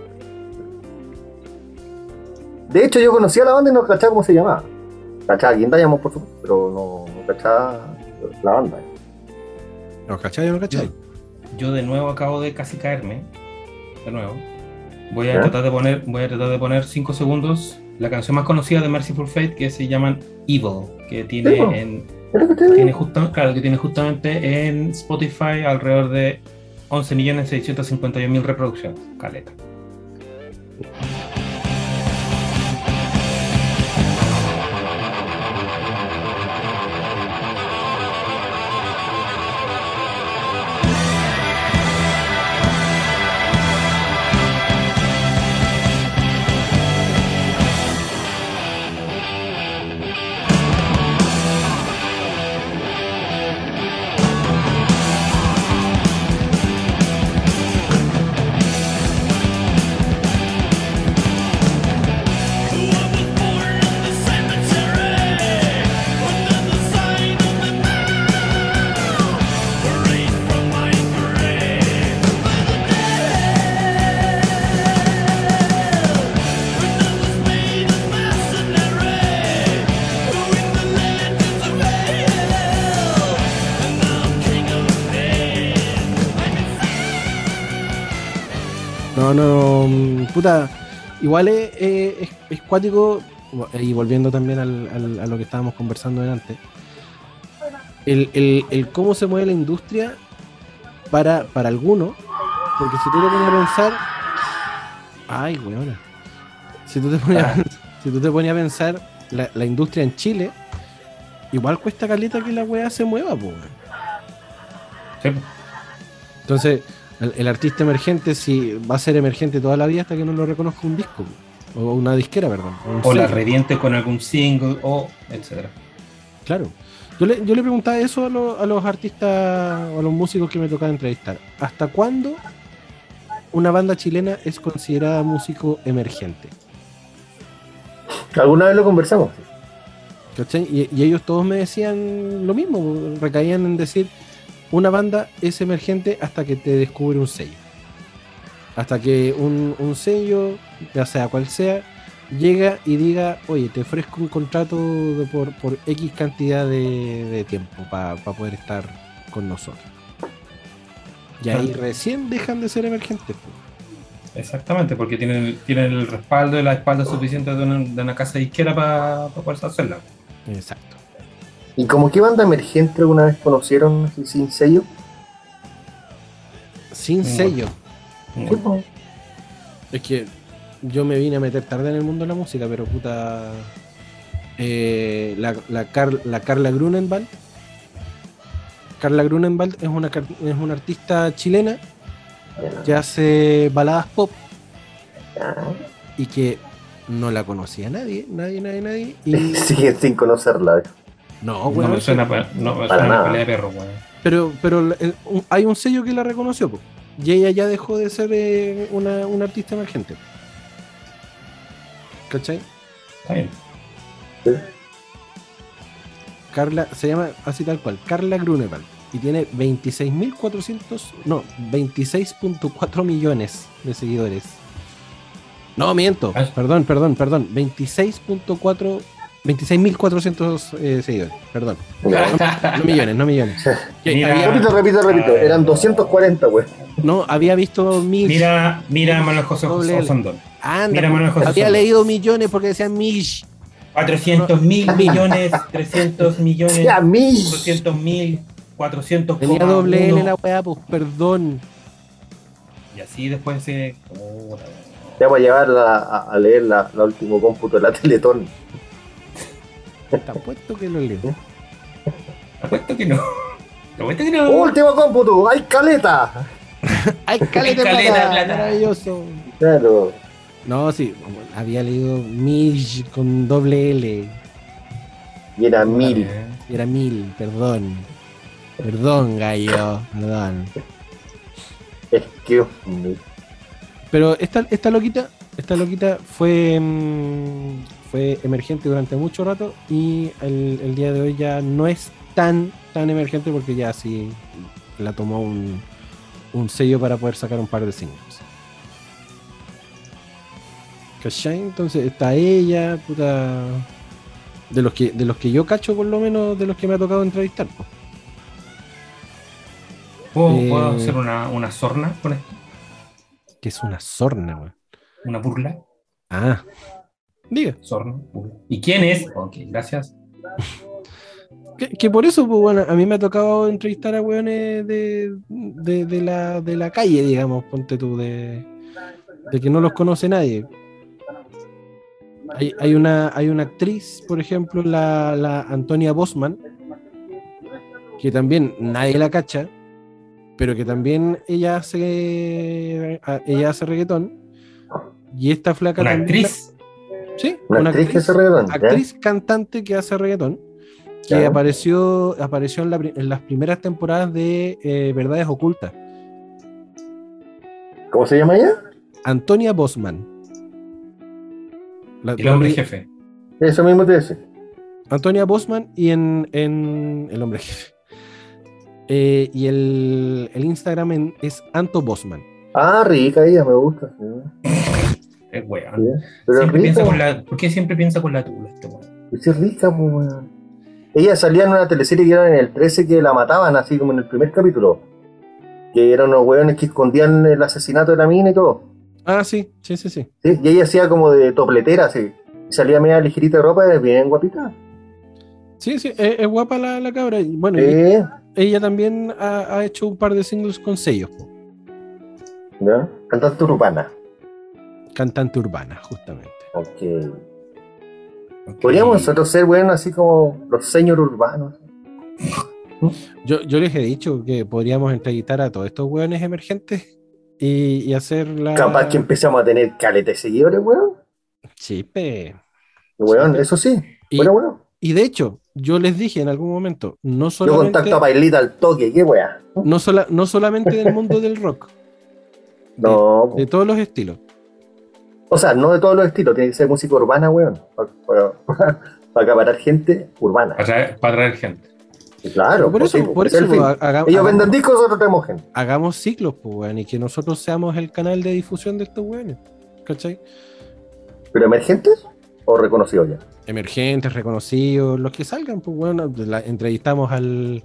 S3: De hecho, yo conocía la banda y no cachaba cómo se llamaba. Cachaba Quinta Diamond, por supuesto, pero no, no cachaba la banda.
S1: ¿No cachai o no cachai?
S2: Yo de nuevo acabo de casi caerme. De nuevo. Voy a
S3: ¿Ya?
S2: tratar de poner, voy a tratar de poner 5 segundos la canción más conocida de Merciful Fate que se llaman Evil, que tiene
S3: Sí, po.
S2: en
S3: Es lo que te
S2: tiene
S3: digo.
S2: justa- claro, que tiene justamente en Spotify alrededor de 11.651.000 reproducciones. Caleta.
S1: No, no, mm, puta. Igual es, eh, es, es cuático, bo- y volviendo también al- al- a lo que estábamos conversando delante, el, el- el cómo se mueve la industria para, para algunos, porque si tú te pones a pensar. Ay, weona. Si tú te pones a, si tú te pones a pensar, la, la industria en Chile, igual cuesta caleta que la weá se mueva, pues.
S2: Sí, po.
S1: Entonces, el, el artista emergente si va a ser emergente toda la vida hasta que no lo reconozca un disco. O una disquera, perdón. un
S2: O la
S1: sello,
S2: reviente con algún single, o etcétera.
S1: Claro. Yo le, yo le preguntaba eso a, lo- a los artistas o a los músicos que me tocaba entrevistar. ¿Hasta cuándo una banda chilena es considerada músico emergente?
S3: Alguna vez lo conversamos.
S1: ¿Cachai? Y, y ellos todos me decían lo mismo, recaían en decir, una banda es emergente hasta que te descubre un sello. Hasta que un, un sello, ya sea cual sea, llega y diga, oye, te ofrezco un contrato de por, por X cantidad de, de tiempo para poder estar con nosotros. Y ahí recién dejan de ser emergentes. po.
S2: Exactamente, porque tienen, tienen el respaldo y la espalda suficiente de una, de una casa disquera para poder hacerla.
S1: Exacto.
S3: ¿Y como qué banda emergente alguna vez conocieron así sin sello?
S1: Sin
S2: Bueno.
S1: sello.
S3: Sí, pues. po.
S1: Es que yo me vine a meter tarde en el mundo de la música, pero puta. eh, la, la Car- la Carla Grunenwald. Carla Grunenwald es una, car- es una artista chilena que hace baladas pop y que no la conocía nadie, nadie, nadie, nadie. Y
S3: Siguen sin conocerla.
S1: no,
S2: No
S1: weón,
S2: me suena, pa- no me
S3: Para
S2: suena
S3: nada.
S2: pelea de perro, weón.
S1: Pero, pero la- el- un- hay un sello que la reconoció, po. y ella ya dejó de ser eh, una, una artista emergente. ¿Cachai?
S2: Está bien.
S1: Carla, se llama así tal cual, Carla Grunewald. Y tiene 26.400, no, 26.4 millones de seguidores. No, miento,
S2: Ah.
S1: perdón, perdón, perdón. 26.4, 26.400 eh, seguidores, perdón. No millones, no millones. Que
S2: Ah, Mira.
S1: había-
S3: Repito, repito, repito. Eran 240, güey.
S1: no, había visto mil.
S2: Mira, mira a Manuel José
S1: Doble L.
S2: Osandón.
S1: Anda,
S2: mira, Manuel José
S1: había
S2: Soler.
S1: leído millones porque decían mish.
S2: 400 mil millones, 300 millones,
S3: Ya, mí.
S2: 200 mil, 400
S1: Tenía
S2: coma
S1: doble L
S2: uno.
S1: en la weá, pues perdón.
S2: Y así después se. Puta,
S3: Te vamos a llevar la- a, a leer la, la último cómputo de la Teletón.
S1: Está puesto que lo leo.
S2: Te apuesto que no. Te apuesto que no.
S3: Último cómputo, hay caleta.
S1: ¡Ay, caleta, de
S2: Caleta
S1: plata!
S2: de plata.
S1: Maravilloso.
S3: Claro.
S1: No, sí, había leído Mish con doble L.
S3: Y era mil.
S1: Era mil, perdón. Perdón, gallo, perdón.
S3: Es que mil.
S1: Pero esta, esta loquita, esta loquita fue, mm, fue emergente durante mucho rato y el, el día de hoy ya no es tan, tan emergente porque ya sí la tomó un, un sello para poder sacar un par de singles. ¿Cachai? Entonces está ella, puta. De los que, de los que yo cacho por lo menos, de los que me ha tocado entrevistar. po.
S2: ¿Puedo,
S1: Eh.
S2: puedo hacer una, una sorna con esto?
S1: Que es una sorna, weón.
S2: ¿Una burla?
S1: Ah. Diga.
S2: Sorna, burla. ¿Y quién es? Ok, gracias.
S1: Que, que por eso, pues bueno, a mí me ha tocado entrevistar a weones de, de, de la, de la calle, digamos, ponte tú, de, de que no los conoce nadie. Hay, hay una, hay una actriz, por ejemplo, la, la Antonia Bosman, que también nadie la cacha, pero que también ella hace, a- ella hace reggaetón. Y esta flaca
S2: Una
S1: también-
S2: actriz.
S1: Sí,
S3: Una, actriz que se ¿eh? reggaetón.
S1: actriz cantante que hace reggaetón que
S3: Claro.
S1: apareció apareció en, la pri- en las primeras temporadas de eh, Verdades Ocultas
S3: ¿eh? ¿Cómo se llama ella?
S1: Antonia Bosman La-
S2: El hombre
S1: la-
S2: jefe.
S3: Eso mismo te dice.
S1: Antonia Bosman y en, en el hombre jefe Eh, y el, el Instagram en- es Anto Bosman
S3: Ah, rica ella, me gusta. sí.
S2: Es weón.
S3: Pero es
S2: Siempre
S3: rica,
S2: piensa
S3: po.
S2: con la, ¿Por qué siempre piensa con la tula este weón?
S3: Sí, es rica, po, weón. Ella salía en una teleserie que era en el 13 que la mataban, así como en el primer capítulo. Que eran unos weones que escondían el asesinato de la mina y todo.
S1: ah sí sí sí sí
S3: Sí, Y ella hacía como de topletera, así. Y salía media ligerita de ropa, es bien guapita.
S1: sí sí es, es guapa la, la cabra y bueno y
S3: Sí,
S1: ella también ha, ha hecho un par de singles con sellos po.
S3: ¿ya? Cantante urbana.
S1: cantante urbana justamente
S3: Ok. Podríamos nosotros ser, weón, así como los señores urbanos.
S1: Yo, yo les he dicho que podríamos entrevistar a todos estos hueones emergentes y, y hacer la.
S3: Capaz que empezamos a tener caleta de seguidores, weón.
S1: Sí, pe.
S3: Weón,
S1: Sí.
S3: eso sí.
S1: Y,
S3: Bueno, bueno.
S1: y de hecho, yo les dije en algún momento, no
S3: Yo
S1: solamente,
S3: contacto a Pailita al toque, qué weá.
S1: no sola- no solamente del mundo del rock, de-
S3: No,
S1: de todos los estilos.
S3: o sea, no de todos los estilos, tiene que ser música urbana, weón. Para, acaparar gente urbana.
S2: Para traer, para traer gente.
S3: Claro,
S1: por
S3: pues
S1: eso,
S3: sí,
S1: por
S3: ese
S1: eso
S3: es el fin.
S1: ha- haga-
S3: Ellos
S1: hagamos-
S3: venden discos, nosotros traemos gente.
S1: hagamos ciclos, pues, weón, y que nosotros seamos el canal de difusión de estos weones. ¿Cachai?
S3: ¿Pero emergentes o reconocidos ya?
S1: Emergentes, reconocidos, los que salgan, pues, weón. la- entrevistamos al,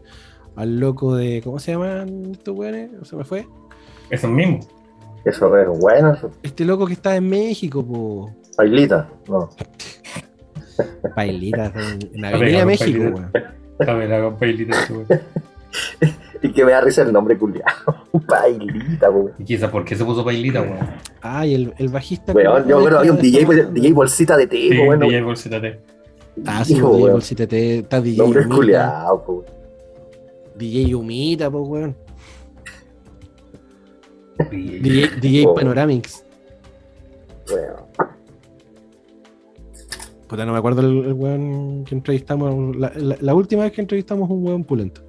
S1: al loco de. ¿Cómo se llaman estos weones? Se me fue.
S2: Eso mismo.
S3: Eso es bueno, eso.
S1: Este loco que está en México, pues.
S3: Pailita, no.
S1: Bailitas en, en
S2: Pega,
S1: Avenida México,
S2: bailitas.
S1: weón.
S2: Dame la compañerita.
S3: Y que me da risa el nombre culiado. Pailita, weón.
S2: ¿Y quizá por qué se puso bailita, weón?
S1: Ay, el, el bajista.
S3: Weón, yo creo que había un DJ, bol- DJ bolsita de té,
S2: Sí,
S3: po, weón.
S2: DJ Bolsita T.
S1: Ah, sí,
S3: Hijo,
S1: po, DJ
S3: weón.
S1: Bolsita T, está DJ
S3: Nombre
S1: Humita,
S3: culiado, po, weón.
S1: DJ Humita, pues, weón.
S2: Sí.
S1: DJ, DJ
S3: Oh.
S1: Panoramics.
S3: Weón.
S1: Puta, no me acuerdo el, el weón que entrevistamos. La, la- la última vez que entrevistamos un weón pulento.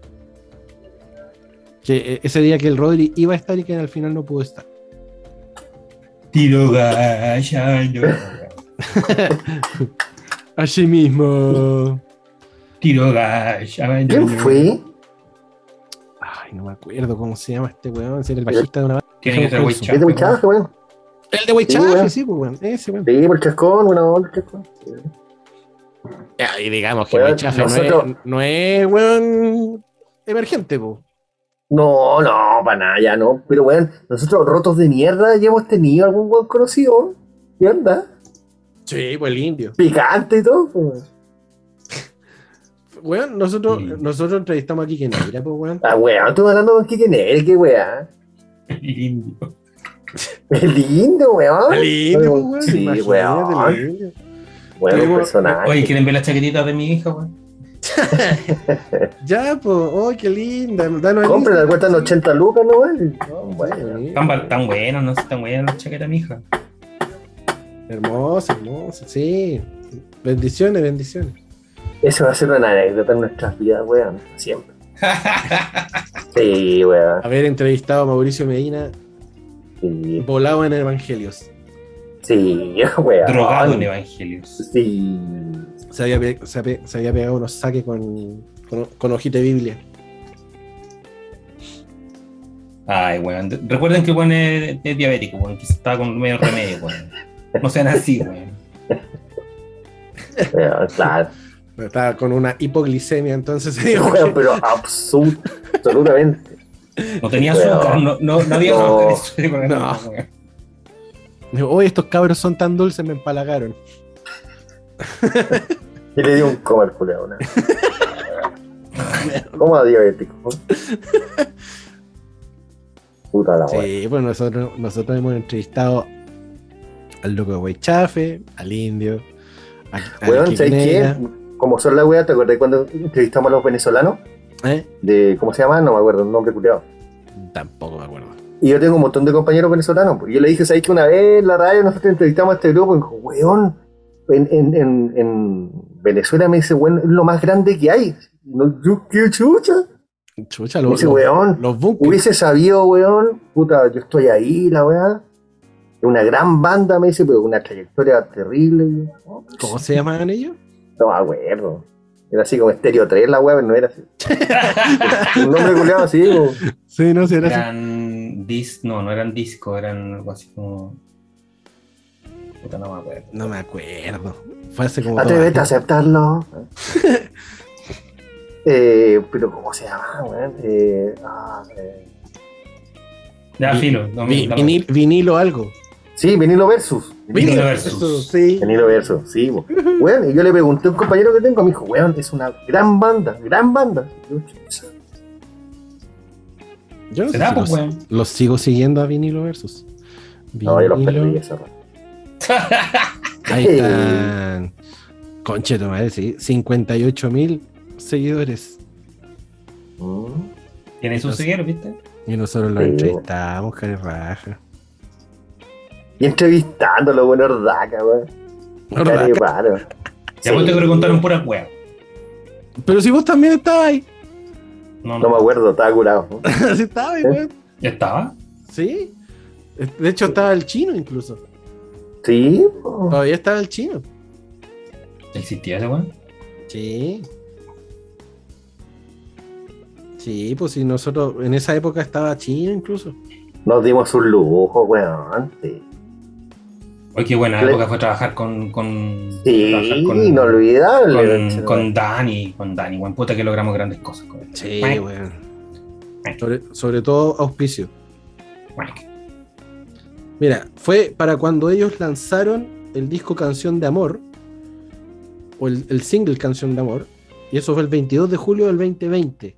S1: Que eh, ese día que el Rodri iba a estar y que al final no pudo estar.
S2: Tiro gallando.
S1: Así mismo.
S2: Tiro gallando.
S3: ¿Quién fue?
S1: Ay, no me acuerdo cómo se llama este weón. Si era el bajista de una banda.
S2: Tiene que ser
S1: Wilson.
S3: ¿Es de Huichaje, weón?
S1: El de Weichafi,
S3: weón.
S1: sí, pues, weón. Ese weón.
S3: Sí, por Chascón, una onda, Chascón.
S1: Ah, Y digamos que
S3: Weón,
S1: Weichafi no,
S3: nosotros-
S1: es, no es weón emergente, pues.
S3: No, no, para nada, ya no. Pero weón, nosotros rotos de mierda ya hemos tenido algún weón conocido. ¿Qué onda?
S1: Sí, pues el indio.
S3: Picante y todo, po, weón.
S1: Weón, nosotros,
S2: Sí.
S1: nosotros entrevistamos aquí que no, mira, pues, weón.
S3: Ah, weón, tú hablando con Kike Nel, qué weá.
S2: Indio.
S3: El lindo, weón.
S1: El indio, pues, weón.
S3: Sí,
S1: imagínate,
S3: weón.
S1: el indio.
S3: Weón,
S1: Tuvimos-
S3: un personaje.
S2: Oye, ¿quieren ver las chaquetitas de mi hija, weón?
S1: Ya, pues, oh, qué linda. Danos el
S3: Compren, la
S1: Instagram.
S3: cuentan 80 lucas, ¿no, vale?
S1: No, sí,
S3: Bueno.
S1: bonito.
S2: Tan, val- tan buenas, no sé, tan buenas las chaquetas de mi hija.
S1: Hermosa, hermosa, sí. Bendiciones, bendiciones.
S3: Eso va a ser una anécdota en nuestras vidas, weón. Siempre. Sí, weón.
S1: Haber entrevistado a Mauricio Medina,
S3: Sí,
S1: volado en Evangelios.
S3: sí, weón.
S2: Drogado en Evangelios.
S3: Sí.
S1: Se había, pe- se había- se había pegado unos saques con, con, con hojita de Biblia.
S2: Ay, weón. de- Recuerden que el weón es, es diabético, weón. Que está con medio remedio, weón. No sean así, weón.
S3: Weón, claro.
S1: Pero Estaba con una hipoglicemia, entonces se dio
S3: Weón, pero absolut- absolutamente.
S2: No tenía azúcar, no, no, no había
S3: No.
S2: azúcar. ese weón,
S1: No.
S2: weón.
S1: Digo, Hoy estos cabros son tan dulces, me empalagaron.
S3: Y le dio un coma al culeado, ¿no? Coma diabético. Puta la weón.
S1: Sí, bueno, nosotros, nosotros hemos entrevistado al loco de Weichafe, al indio, a, a
S3: Weón,
S1: Kiki
S3: ¿sabes
S1: Nega,
S3: qué? Como son la weá, ¿te acordás cuando entrevistamos a los venezolanos?
S1: ¿eh?
S3: De, ¿Cómo se llama? No me acuerdo, el nombre culeado.
S1: Tampoco me acuerdo.
S3: Y yo tengo un montón de compañeros venezolanos. pues. Yo le dije, ¿sabes que una vez en la radio nosotros entrevistamos a este grupo? Y me dijo, weón, en, en, en, en Venezuela me dice, weón, es lo más grande que hay. No, yo, ¿Qué chucha?
S1: Chucha,
S3: Me
S1: los,
S3: dice,
S1: los,
S3: weón,
S1: los bunkers.
S3: hubiese sabido, weón, puta, yo estoy ahí, la weá. Una gran banda, me dice, pero una trayectoria terrible. Y yo, "Oh,
S1: ¿Cómo se llamaban ellos?
S3: No me acuerdo. Era así como Estéreo 3, la weá, pero no era así. un nombre culiado así, weón.
S1: Sí, no, sí, era así.
S2: Eran dis, no, no eran disco, eran algo así como. Puta, no me acuerdo.
S1: No me acuerdo. Fue hace como.
S3: Atrévete a
S1: dos años.
S3: aceptarlo. eh, pero ¿cómo se llama, weón? Eh, ah, eh.
S2: Ya,
S1: Vi-
S2: filo. No,
S1: Vi-
S2: no-
S1: vinil- vinilo algo.
S3: Sí, vinilo versus.
S2: Vinilo versus.
S1: versus, Sí.
S3: Vinilo versus, sí, weón. Weón, y yo le pregunté a un compañero que tengo, me dijo, weón, es una gran banda, gran banda. Yo, chucha,
S1: Yo no sé
S2: ¿Será,
S1: si
S2: pues,
S1: los,
S2: weón?
S1: los sigo siguiendo a vinilo versus.
S3: No, yo los perdí
S1: Vinilo-
S3: esa rato.
S1: Ahí están. Conche, tu madre, sí. 58 mil seguidores.
S3: Mm.
S2: Tiene sus seguidores, ¿viste?
S1: Y nosotros los
S3: Sí.
S1: entrevistamos, cara de raja.
S3: Y entrevistándolo, weón, Ordaca, weón.
S1: Ordaca.
S3: Cara de paro.
S2: Ya vos pues, te
S3: Sí.
S2: que contaron pura wea.
S1: Pero si vos también estabas ahí.
S2: No,
S3: No me
S2: no.
S3: acuerdo, estaba curado.
S1: Sí, estaba ahí, weón.
S2: ¿Ya estaba?
S1: Sí. De hecho, estaba el chino incluso.
S3: Sí,
S1: Todavía estaba el chino.
S2: ¿Existía ese weón?
S1: Sí. Sí, pues si nosotros en esa época estaba chino incluso.
S3: nos dimos un lujo, weón. Sí,
S2: Oye, qué buena
S3: Le-
S2: época fue trabajar con. con trabajar
S3: Sí,
S2: con,
S3: inolvidable.
S2: con, con Dani, con Dani, buen puta que logramos grandes cosas con él.
S1: Sí,
S2: Mac,
S1: weón. Sobre, sobre todo auspicio.
S2: Mac.
S1: Mira, fue para cuando ellos lanzaron el disco Canción de Amor, o el, el single Canción de Amor, y eso fue el 22 de julio del 2020.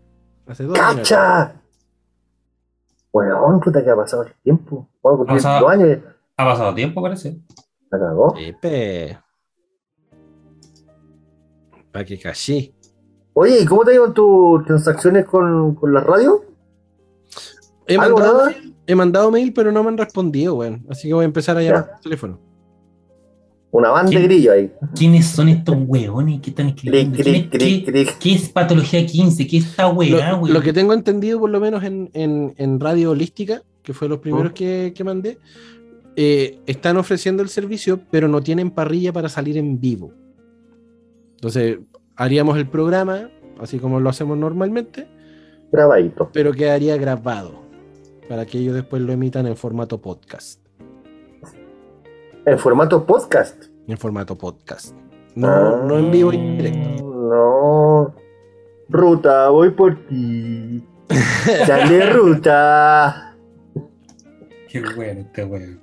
S1: Hace dos años.
S3: ¡Cacha! Weón, puta que ha pasado el tiempo. Vamos a cumplir
S2: Vamos a-
S3: dos años. y
S2: Ha pasado tiempo, parece.
S3: La cagó.
S1: Epe. Pa' que cachí.
S3: Oye, ¿y cómo te ha ido en tus transacciones con, con la radio?
S1: He
S3: ¿Algo,
S1: mandado,
S3: nada?
S1: mail, he mandado mail, pero no me han respondido, weón. Así que voy a empezar a
S3: Ya.
S1: llamar por teléfono.
S3: Una banda
S2: ¿Quién?
S3: de grillo ahí.
S2: ¿Quiénes son estos huevones que están
S3: Cric,
S2: escribiendo? ¿Quién es-
S3: cric, cric,
S2: ¿Qué,
S3: cric.
S2: qué es patología 15? ¿Qué es esta weá,
S1: Lo,
S2: weón?
S1: lo que tengo entendido, por lo menos en, en- en Radio Holística, que fue los primeros que, que mandé, eh, están ofreciendo el servicio, pero no tienen parrilla para salir en vivo. Entonces, haríamos el programa, así como lo hacemos normalmente,
S3: Grabadito.
S1: pero quedaría grabado para que ellos después lo emitan en formato podcast.
S3: En formato podcast.
S1: En formato podcast. No,
S3: Ah.
S1: no en vivo y en directo.
S3: No. Ruta, voy por ti. Dale ruta.
S2: Qué bueno este weón.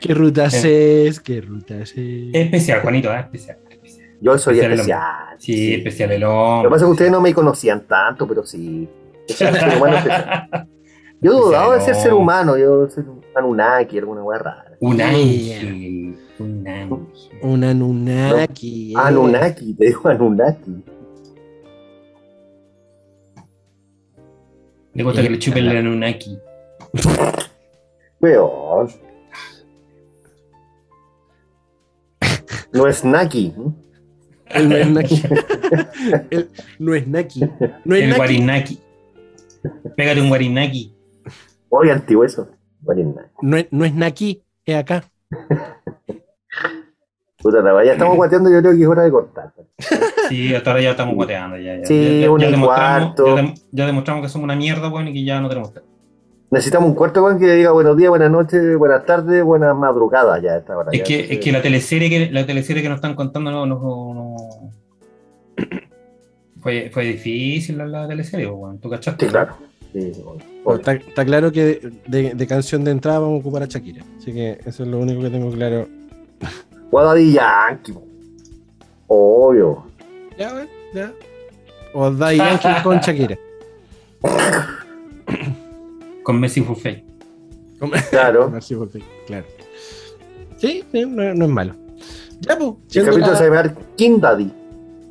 S1: ¿Qué ruta haces? ¿Qué ruta haces?
S2: Especial, Juanito, ¿eh? especial. especial.
S3: Yo soy
S2: Especial el
S3: especial.
S2: Sí,
S3: sí.
S2: especial el
S3: Lo que
S2: hombre.
S3: pasa es que ustedes no me conocían tanto, pero sí. Yo soy un ser humano especial. Yo dudaba de ser ser humano, yo soy un Anunnaki, alguna weá rara.
S2: Un
S1: Yeah.
S2: ángel. Un ángel.
S1: Un Anunnaki. eh.
S3: Anunnaki, te digo Anunnaki.
S2: Le gusta que le chupen el Anunnaki.
S3: Weón. No es Naki.
S1: Él no es Naki. Él no es Naki. No es
S2: El
S1: Naki.
S2: Guarinaki. Pégate un Guarinaki.
S3: Oye, antiguo eso. Bueno, es Naki.
S1: No es, no es Naki. Es acá.
S3: Puta la weá, ya estamos guateando, yo creo que es hora de cortar.
S2: Sí, hasta ahora ya estamos guateando. Ya, ya.
S3: Sí,
S2: ya, ya-
S3: una
S2: ya
S3: y
S2: demostramos,
S3: cuarto.
S2: ya dem- ya demostramos que somos una mierda, weón, y que ya no tenemos tiempo.
S3: Necesitamos un cuarto weón que le diga buenos días, buenas noches, buenas tardes, buenas madrugadas ya a esta hora.
S2: Es
S3: ya.
S2: que, es que la teleserie que la teleserie que nos están contando no, no- no- fue, fue difícil la, la teleserie, pues, weón. ¿Tú cachaste?
S3: Sí, claro. Sí,
S1: Pero
S3: obvio.
S1: Está, está claro que de, de- de canción de entrada vamos a ocupar a Shakira. Así que eso es lo único que tengo claro.
S3: O a Daddy Yankee. po. Obvio.
S1: Ya, bueno, ya. O Daddy Yankee con Shakira.
S2: Con Messi Buffet.
S3: Claro.
S1: Merci, por fin, claro. Sí, sí, no, no es malo. Ya, pues.
S3: El
S1: siendo
S3: capítulo
S1: la-
S3: se va a llamar King Daddy.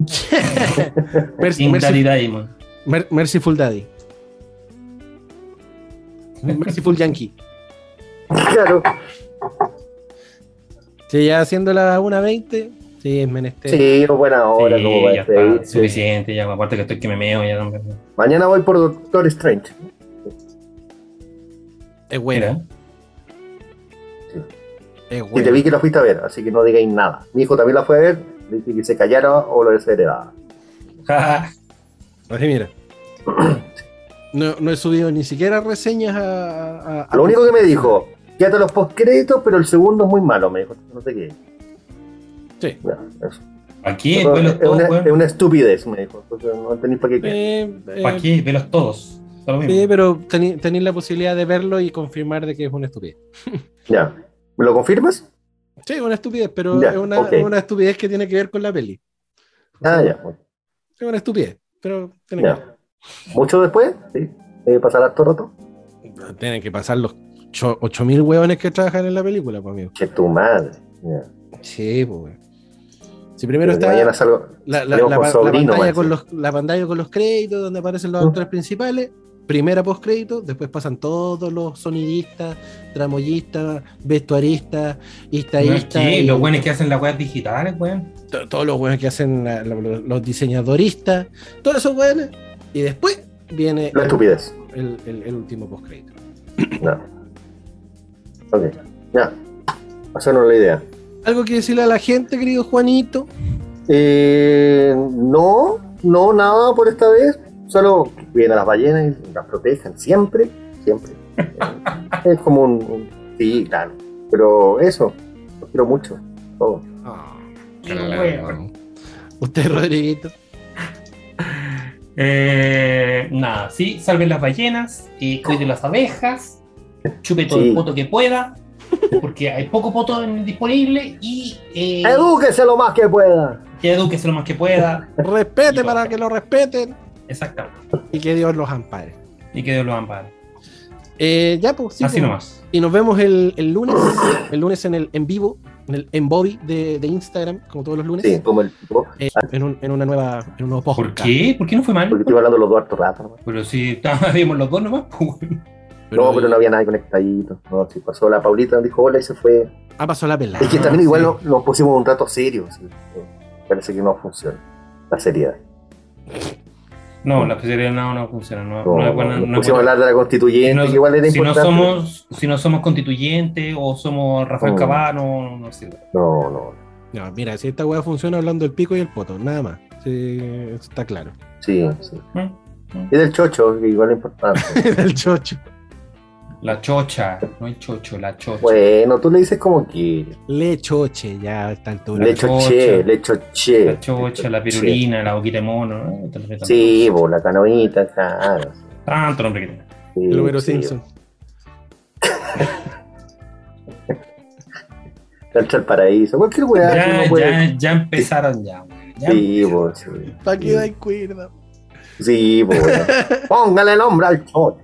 S1: Merci-
S2: King
S1: Merci-
S2: Daddy Diamond.
S1: Mer- Merciful Daddy. Merciful Yankee.
S3: Claro.
S1: Sí, ya haciendo la 1.20. Sí, es menester.
S3: Sí, buena hora,
S2: Sí,
S3: como va
S2: ya
S3: a ser.
S2: está, suficiente, ya, aparte que estoy que me meo, ya también.
S3: Mañana voy por Doctor Strange.
S1: Es buena.
S2: Mira,
S1: Es
S3: Y te
S1: buena.
S3: vi que la fuiste a ver, así que no digáis nada. Mi hijo también la fue a ver, dice que se callara o lo desheredaba.
S2: Ja, ja.
S1: Así mira. No, no he subido ni siquiera reseñas a. a- a-
S3: Lo único que me dijo, quédate los postcréditos, pero el segundo es muy malo, me dijo. No sé qué.
S1: Sí.
S3: Ya, eso.
S2: Aquí,
S3: Pero
S2: velos
S3: es,
S2: todos,
S3: una, es
S2: weón.
S3: una estupidez, me dijo. Entonces no tenéis para qué. creer.
S1: Eh, eh,
S2: Aquí, velos todos. Está lo mismo.
S1: sí, pero teni- tenéis la posibilidad de verlo y confirmar de que es una estupidez.
S3: Ya. ¿Me lo confirmas?
S1: Sí, una estupidez, pero
S3: Ya,
S1: es una,
S3: ok.
S1: una estupidez que tiene que ver con la peli.
S3: Ah, ya.
S1: Es una estupidez, pero tiene que ver.
S3: ya. ¿Mucho después? Sí. Eh, ¿Debe pasar harto rato?
S1: Tienen que pasar los ocho- 8000 hueones que trabajan en la película, pues, amigo.
S3: Que tu madre. Ya.
S1: Sí, pues, weón. Si primero está
S3: Mañana salgo.
S1: la, la-
S3: salimos
S1: la
S3: con
S1: pa- la
S3: sobrino,
S1: pantalla
S3: man,
S1: con
S3: sí.
S1: los, la pantalla con los créditos donde aparecen los
S3: Mm.
S1: actores principales primera postcrédito, después pasan todos los sonidistas, tramoyistas, vestuaristas,
S2: Aquí,
S1: istaístas, y
S2: los buenos que hacen las weas digitales, weón.
S1: to- todos los weones que hacen la- la- los, diseñadoristas, todos esos weones, y después viene
S3: La
S1: el,
S3: estupidez.
S1: el, el- el último postcrédito.
S3: No. Ok. Ya. Hacernos la idea.
S1: ¿Algo que decirle a la gente, querido Juanito?
S3: Eh, no, no, nada por esta vez. Solo que cuiden a las ballenas y las protejan siempre, siempre. Eh, es como un, un- Sí, claro. Pero eso, los quiero mucho. todo.
S1: Usted, Rodriguito.
S2: Eh, nada, sí, salven las ballenas y cuiden las abejas, chupe todo
S3: Sí.
S2: el poto que pueda, porque hay poco poto en- disponible y eh,
S3: Edúquese lo más que pueda.
S2: y edúquese lo más que pueda.
S1: Respete para que lo respeten
S2: Exactamente.
S1: y que Dios los ampare.
S2: Y que Dios lo ampare.
S1: Eh, ya, pues. sí,
S2: Así
S1: pues.
S2: nomás.
S1: Y nos vemos el, el lunes, el lunes en el en vivo, en el en Bobby de, de Instagram, como todos los lunes,
S3: Sí, como el tipo.
S1: eh, en, un, en una nueva, en un nuevo
S2: ¿Por
S1: podcast.
S2: qué? ¿Por qué no fue mal?
S3: Porque estoy hablando los dos harto rato. nomás.
S2: Pero si estábamos los dos nomás, pues, weón.
S3: no, pero no había nadie conectadito. No, sí, pasó la Paulita, dijo hola y se fue.
S1: Ha pasado la pelada.
S3: Es que
S2: Ah,
S3: también igual
S2: sí.
S3: nos, nos pusimos un rato serio. sí. Eh, Parece que no funciona la seriedad.
S2: No, la especialidad no, no funciona. No,
S3: No,
S2: no es
S3: no,
S2: buena.
S3: nos
S2: no es
S3: pusimos a
S2: buena.
S3: hablar de la constituyente,
S2: Si no-
S3: que igual era
S2: si no
S3: importante.
S2: somos, si no somos constituyentes o somos Rafael
S3: Oh.
S2: Cabano, no, no sirve.
S3: No, no.
S1: No, mira, si esta weá funciona hablando el pico y el poto, nada más. Sí, eso está claro.
S3: Sí, sí.
S2: ¿Mm?
S3: Es del chocho, que igual es importante.
S1: el chocho.
S2: La chocha, no el chocho, la chocha.
S3: bueno, tú le dices como quieres.
S1: Le choche ya a esta altura.
S3: Le choché,
S2: chocha.
S3: le choché.
S2: La chocha, la pirulina, la boquita de mono. ¿no? Tanto nombre, tanto-
S3: Sí, vos, la canoita, claro.
S2: Tanto nombre que tiene.
S3: Sí,
S1: El número
S3: sí.
S1: Simpson.
S3: Cancha al paraíso, cualquier weá. que
S2: Ya,
S3: Pues, uno puede-
S2: ya, ya empezaron ya, güey, ya.
S3: Sí, vos, sí.
S1: Pa' que da en cuerda.
S3: Sí, vos. Póngale el nombre al chocho.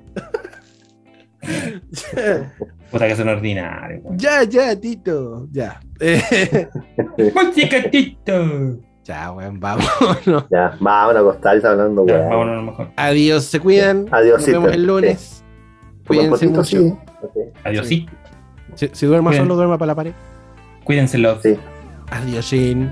S2: Puta que son ordinarios, güey.
S1: Ya, ya, Tito. Ya. Eh,
S2: Música, Tito.
S1: ya, weón, vámonos.
S3: Ya, vamos a acostarse hablando,
S2: Ya,
S3: weá.
S2: vámonos a lo mejor.
S1: Adiós, se cuidan.
S3: Adiós,
S1: Nos vemos el lunes. Cuídense
S3: Cortito,
S1: mucho.
S3: sí. Ok.
S2: Adiós,
S1: Sí.
S2: sí.
S1: Si, si duerma
S2: Cuídense.
S1: solo, duerma para la pared.
S2: Cuídense los.
S3: Sí.
S1: Adiós, Shin.